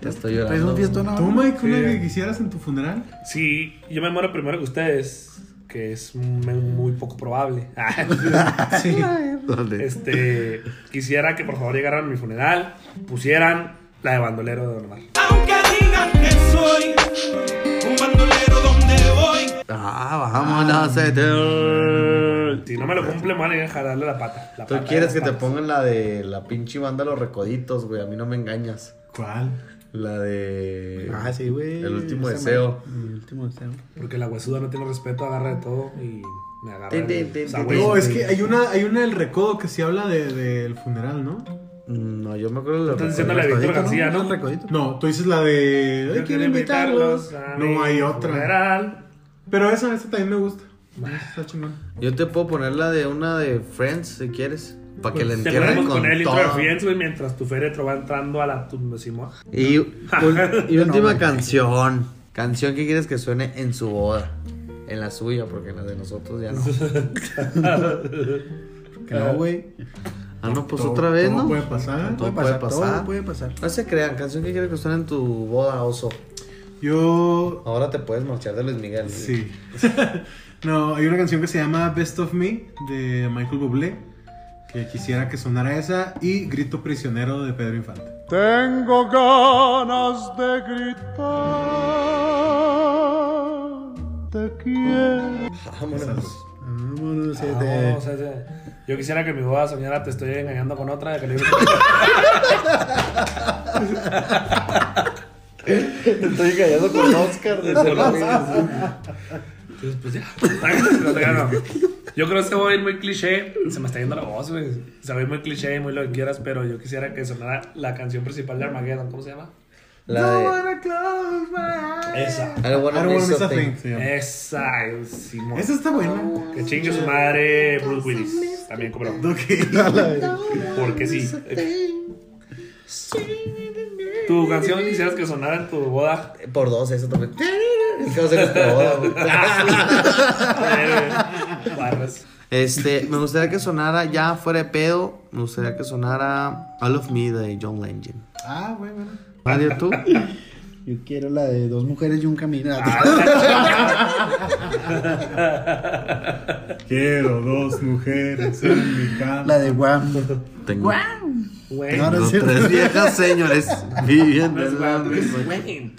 Speaker 1: Ya estoy
Speaker 4: Traes
Speaker 1: llorando.
Speaker 4: un fiestón
Speaker 3: ¿Tú,
Speaker 4: ahora.
Speaker 3: Mike, una
Speaker 2: Sí.
Speaker 3: que quisieras en tu funeral?
Speaker 2: Sí, yo me muero primero que ustedes, que es muy muy poco probable. (laughs) Ah,
Speaker 3: Sí.
Speaker 1: ¿Dónde?
Speaker 2: este, quisiera que por favor llegaran a mi funeral, pusieran la de bandolero de Don Omar.
Speaker 9: Aunque digan que soy un bandolero donde voy.
Speaker 1: Ah, vámonos. eh, te-
Speaker 2: Si no me lo cumple, me van a ir a jalarle la pata. la
Speaker 1: Tú
Speaker 2: pata
Speaker 1: quieres
Speaker 2: de
Speaker 1: que
Speaker 2: las
Speaker 1: te
Speaker 2: patas.
Speaker 1: pongan la de la pinche banda Los Recoditos, güey. A mí no me engañas.
Speaker 3: ¿Cuál?
Speaker 1: La de.
Speaker 4: Ah, sí, güey.
Speaker 1: El último
Speaker 4: Esa
Speaker 1: deseo.
Speaker 4: madre. El último deseo.
Speaker 2: Porque la huesuda no tiene respeto, agarra de todo y me agarra.
Speaker 1: Tin, tin,
Speaker 2: el
Speaker 1: tin,
Speaker 2: sabueso.
Speaker 3: No, es que hay una, hay una del recodo que sí habla de- del funeral, ¿no?
Speaker 1: Mm, No, yo me acuerdo de los
Speaker 2: Estás diciendo
Speaker 1: Recoditos.
Speaker 2: la de Víctor
Speaker 4: Recodito,
Speaker 2: García,
Speaker 4: El
Speaker 2: ¿no?
Speaker 4: recodito.
Speaker 3: No, tú dices la de. "Ay,
Speaker 2: Yo quiero invitarlos. a mi
Speaker 3: No hay otra.
Speaker 2: Funeral.
Speaker 3: Pero esa, esa también me gusta. Está chingón.
Speaker 1: Yo te puedo poner la de una de Friends si quieres. Para que la
Speaker 2: Te
Speaker 1: entierren
Speaker 2: podemos
Speaker 1: con
Speaker 2: poner Pues, el intro de
Speaker 1: todo.
Speaker 2: Friends, güey, mientras tu féretro va entrando a la tumba, Simón.
Speaker 1: Y, ul- y
Speaker 4: No,
Speaker 1: última
Speaker 4: no.
Speaker 1: canción. Canción que quieres que suene en su boda. En la suya, porque en la de nosotros ya no.
Speaker 4: Que no, güey.
Speaker 1: Ah, no, pues
Speaker 3: Todo-
Speaker 1: otra vez,
Speaker 3: todo
Speaker 1: ¿no?
Speaker 3: puede pasar.
Speaker 1: Todo
Speaker 4: Puede
Speaker 1: puede
Speaker 4: pasar,
Speaker 1: pasar.
Speaker 4: Eh, todo puede pasar.
Speaker 1: No se crean, canción que quieres que suene en tu boda, oso.
Speaker 3: Yo.
Speaker 1: Ahora te puedes marchar de Luis Miguel.
Speaker 3: Sí. (laughs) no, hay una canción que se llama Best of Me de Michael Bublé. Que quisiera que sonara esa y Grito Prisionero de Pedro Infante.
Speaker 11: Tengo ganas de gritar. Te quiero.
Speaker 2: Vámonos. Vámonos, Vámonos, siete. Yo quisiera que mi boda soñara te estoy engañando con otra de calibre.
Speaker 1: Te estoy engañando con Oscar de
Speaker 2: Entonces, pues ya. (laughs) No, no. Yo creo que se va a ir muy cliché. Se me está yendo la voz, güey. Se va a ir muy cliché, muy lo que quieras, pero yo quisiera que sonara la canción principal de Armageddon. ¿Cómo se llama?
Speaker 1: La
Speaker 2: No
Speaker 1: de-
Speaker 2: wanna close my eyes. Esa.
Speaker 1: I don't wanna I don't miss wanna miss a a thing. thing, sí.
Speaker 2: Esa, Simón.
Speaker 3: Esa está buena.
Speaker 2: Que chingue su madre Bruce Willis. También cobró. (laughs) Porque sí. Tu canción quisieras que sonara en tu
Speaker 1: (laughs)
Speaker 2: boda.
Speaker 1: Eh, Por dos, eso también. Es que no sé qué es por boda, güey.
Speaker 2: (laughs) Barras.
Speaker 1: Este, me gustaría que sonara ya fuera de pedo. Me gustaría que sonara All of Me de John Legend.
Speaker 3: Ah, güey, bueno.
Speaker 1: Mario, tú.
Speaker 4: Yo quiero la de dos mujeres y un camino.
Speaker 2: Ah,
Speaker 4: (laughs)
Speaker 3: Quiero dos mujeres en mi cama.
Speaker 4: La de Guam.
Speaker 1: Tengo
Speaker 4: Guam.
Speaker 2: Güey.
Speaker 4: No, no
Speaker 1: Tengo
Speaker 4: es cierto.
Speaker 1: tres viejas señores viviendo en la misma.
Speaker 2: Güey.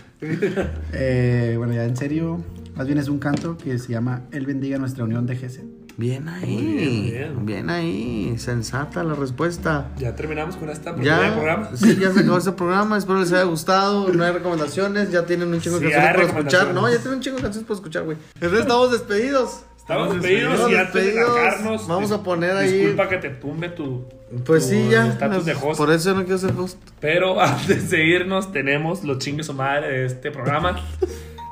Speaker 4: Eh, bueno, ya en serio, más bien es un canto que se llama Él bendiga nuestra unión de Gesed.
Speaker 1: Bien ahí. bien. ahí. Sensata la respuesta.
Speaker 2: Ya terminamos con esta
Speaker 1: Ya,
Speaker 2: porquería de programa.
Speaker 1: sí, ya se acabó este programa. Espero les haya gustado. No hay recomendaciones. Ya tienen un chingo
Speaker 2: Sí,
Speaker 1: de
Speaker 2: hay
Speaker 1: canciones para escuchar.
Speaker 2: recomendaciones.
Speaker 1: No, ya tienen un chingo de canciones para escuchar, güey. Entonces estamos despedidos.
Speaker 2: Estamos despedidos y antes de
Speaker 1: despedidos.
Speaker 2: largarnos.
Speaker 1: Vamos a poner ahí.
Speaker 2: Disculpa que te tumbe tu.
Speaker 1: Pues
Speaker 2: tu
Speaker 1: sí, ya.
Speaker 2: Estatus de host.
Speaker 1: Por eso yo no quiero ser host.
Speaker 2: Pero (laughs) antes de irnos, tenemos los chingues su madre de este programa.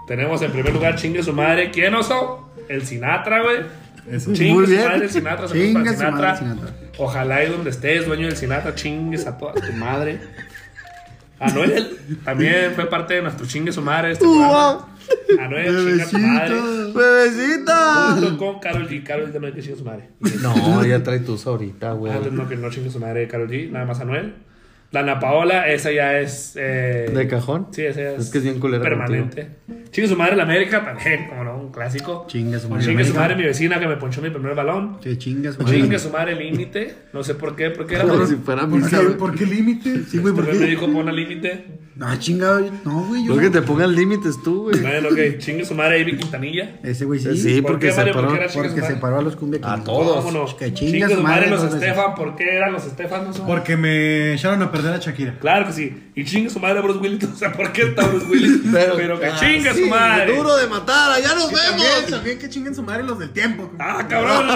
Speaker 2: tenemos en primer lugar chingue su madre. ¿Quién oso? El Sinatra, güey. Chingue
Speaker 4: Muy
Speaker 2: su
Speaker 4: bien.
Speaker 2: madre, el Sinatra. saludos
Speaker 4: Chinga
Speaker 2: para
Speaker 4: su madre,
Speaker 2: Sinatra.
Speaker 4: Sinatra.
Speaker 2: Ojalá y donde estés, dueño del Sinatra, chingues a toda tu madre. A Noel también fue parte de nuestro chingue su madre. de Este programa. A Noel, chingue a tu madre.
Speaker 1: ¡Bebecita!
Speaker 2: Junto con Carol G. Carol G también que chingue su madre.
Speaker 1: No, ya trae tus ahorita, güey.
Speaker 2: Ah, entonces no, que no chingue su madre de Carol G, nada más Anuel. La Ana Paola, esa ya es. eh,
Speaker 1: ¿De cajón?
Speaker 2: Sí, esa ya es.
Speaker 1: Es que es bien culera
Speaker 2: Permanente. Chingue su madre la América también, como no, un clásico.
Speaker 4: Chinga su
Speaker 2: O
Speaker 4: madre,
Speaker 2: Chingue su
Speaker 4: América.
Speaker 2: madre mi vecina que me ponchó mi primer balón.
Speaker 4: Que chingas,
Speaker 2: O
Speaker 4: madre.
Speaker 2: Chingue su madre límite. No sé por qué, porque era.
Speaker 4: Como
Speaker 2: por-
Speaker 4: si fuera
Speaker 3: ¿Por
Speaker 4: misa,
Speaker 3: qué,
Speaker 4: güey.
Speaker 3: ¿Por qué límite?
Speaker 4: Sí, güey, ¿por
Speaker 2: Porque me
Speaker 4: qué?
Speaker 2: dijo pon al límite.
Speaker 4: No, chingado. No, güey. Yo
Speaker 1: Lo que te pongan límites tú, güey.
Speaker 2: Bueno, ok. Chingue su madre Ivy Quintanilla.
Speaker 4: Ese güey sí.
Speaker 1: Sí, porque se
Speaker 2: Mario? ¿Por
Speaker 1: paró.
Speaker 2: qué era chingue su
Speaker 4: Porque
Speaker 2: madre?
Speaker 4: se paró a los cumbia
Speaker 1: A
Speaker 4: Kings.
Speaker 1: todos.
Speaker 2: Vámonos.
Speaker 4: Que chingue
Speaker 2: Chingue
Speaker 4: su
Speaker 2: su
Speaker 4: madre
Speaker 2: madre los
Speaker 4: dos veces.
Speaker 2: Estefan. ¿Por qué eran los Estefan? No son-
Speaker 3: Porque me echaron a perder a Shakira.
Speaker 2: Claro que sí. Y chingue su madre Bruce Willis. O sea, ¿por qué está Bruce Willis? Pero, que chingue su madre.
Speaker 1: Ah, Duro de matar, allá nos
Speaker 3: Y También,
Speaker 1: vemos.
Speaker 3: también que chinguen su madre los del tiempo.
Speaker 2: Ah, cabrón.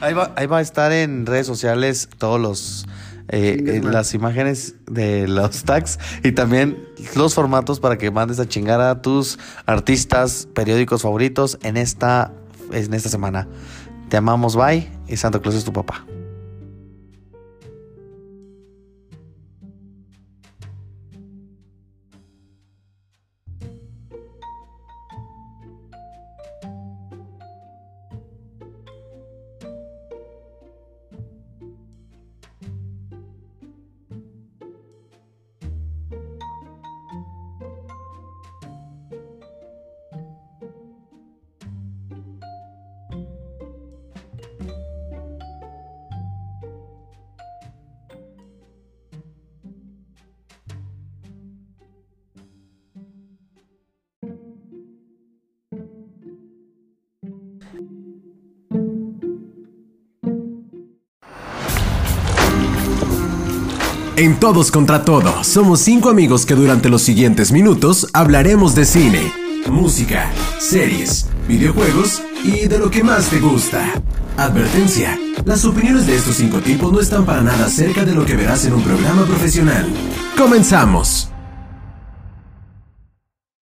Speaker 1: Ahí va, ahí va a estar en redes sociales todos los eh, eh, las imágenes de los tags y también los formatos para que mandes a chingar a tus artistas, periódicos favoritos en esta en esta semana. Te amamos, bye y Santa Claus es tu papá.
Speaker 12: En Todos contra Todos, somos cinco amigos que durante los siguientes minutos hablaremos de cine, música, series, videojuegos y de lo que más te gusta. Advertencia, las opiniones de estos cinco tipos no están para nada cerca de lo que verás en un programa profesional. Comenzamos.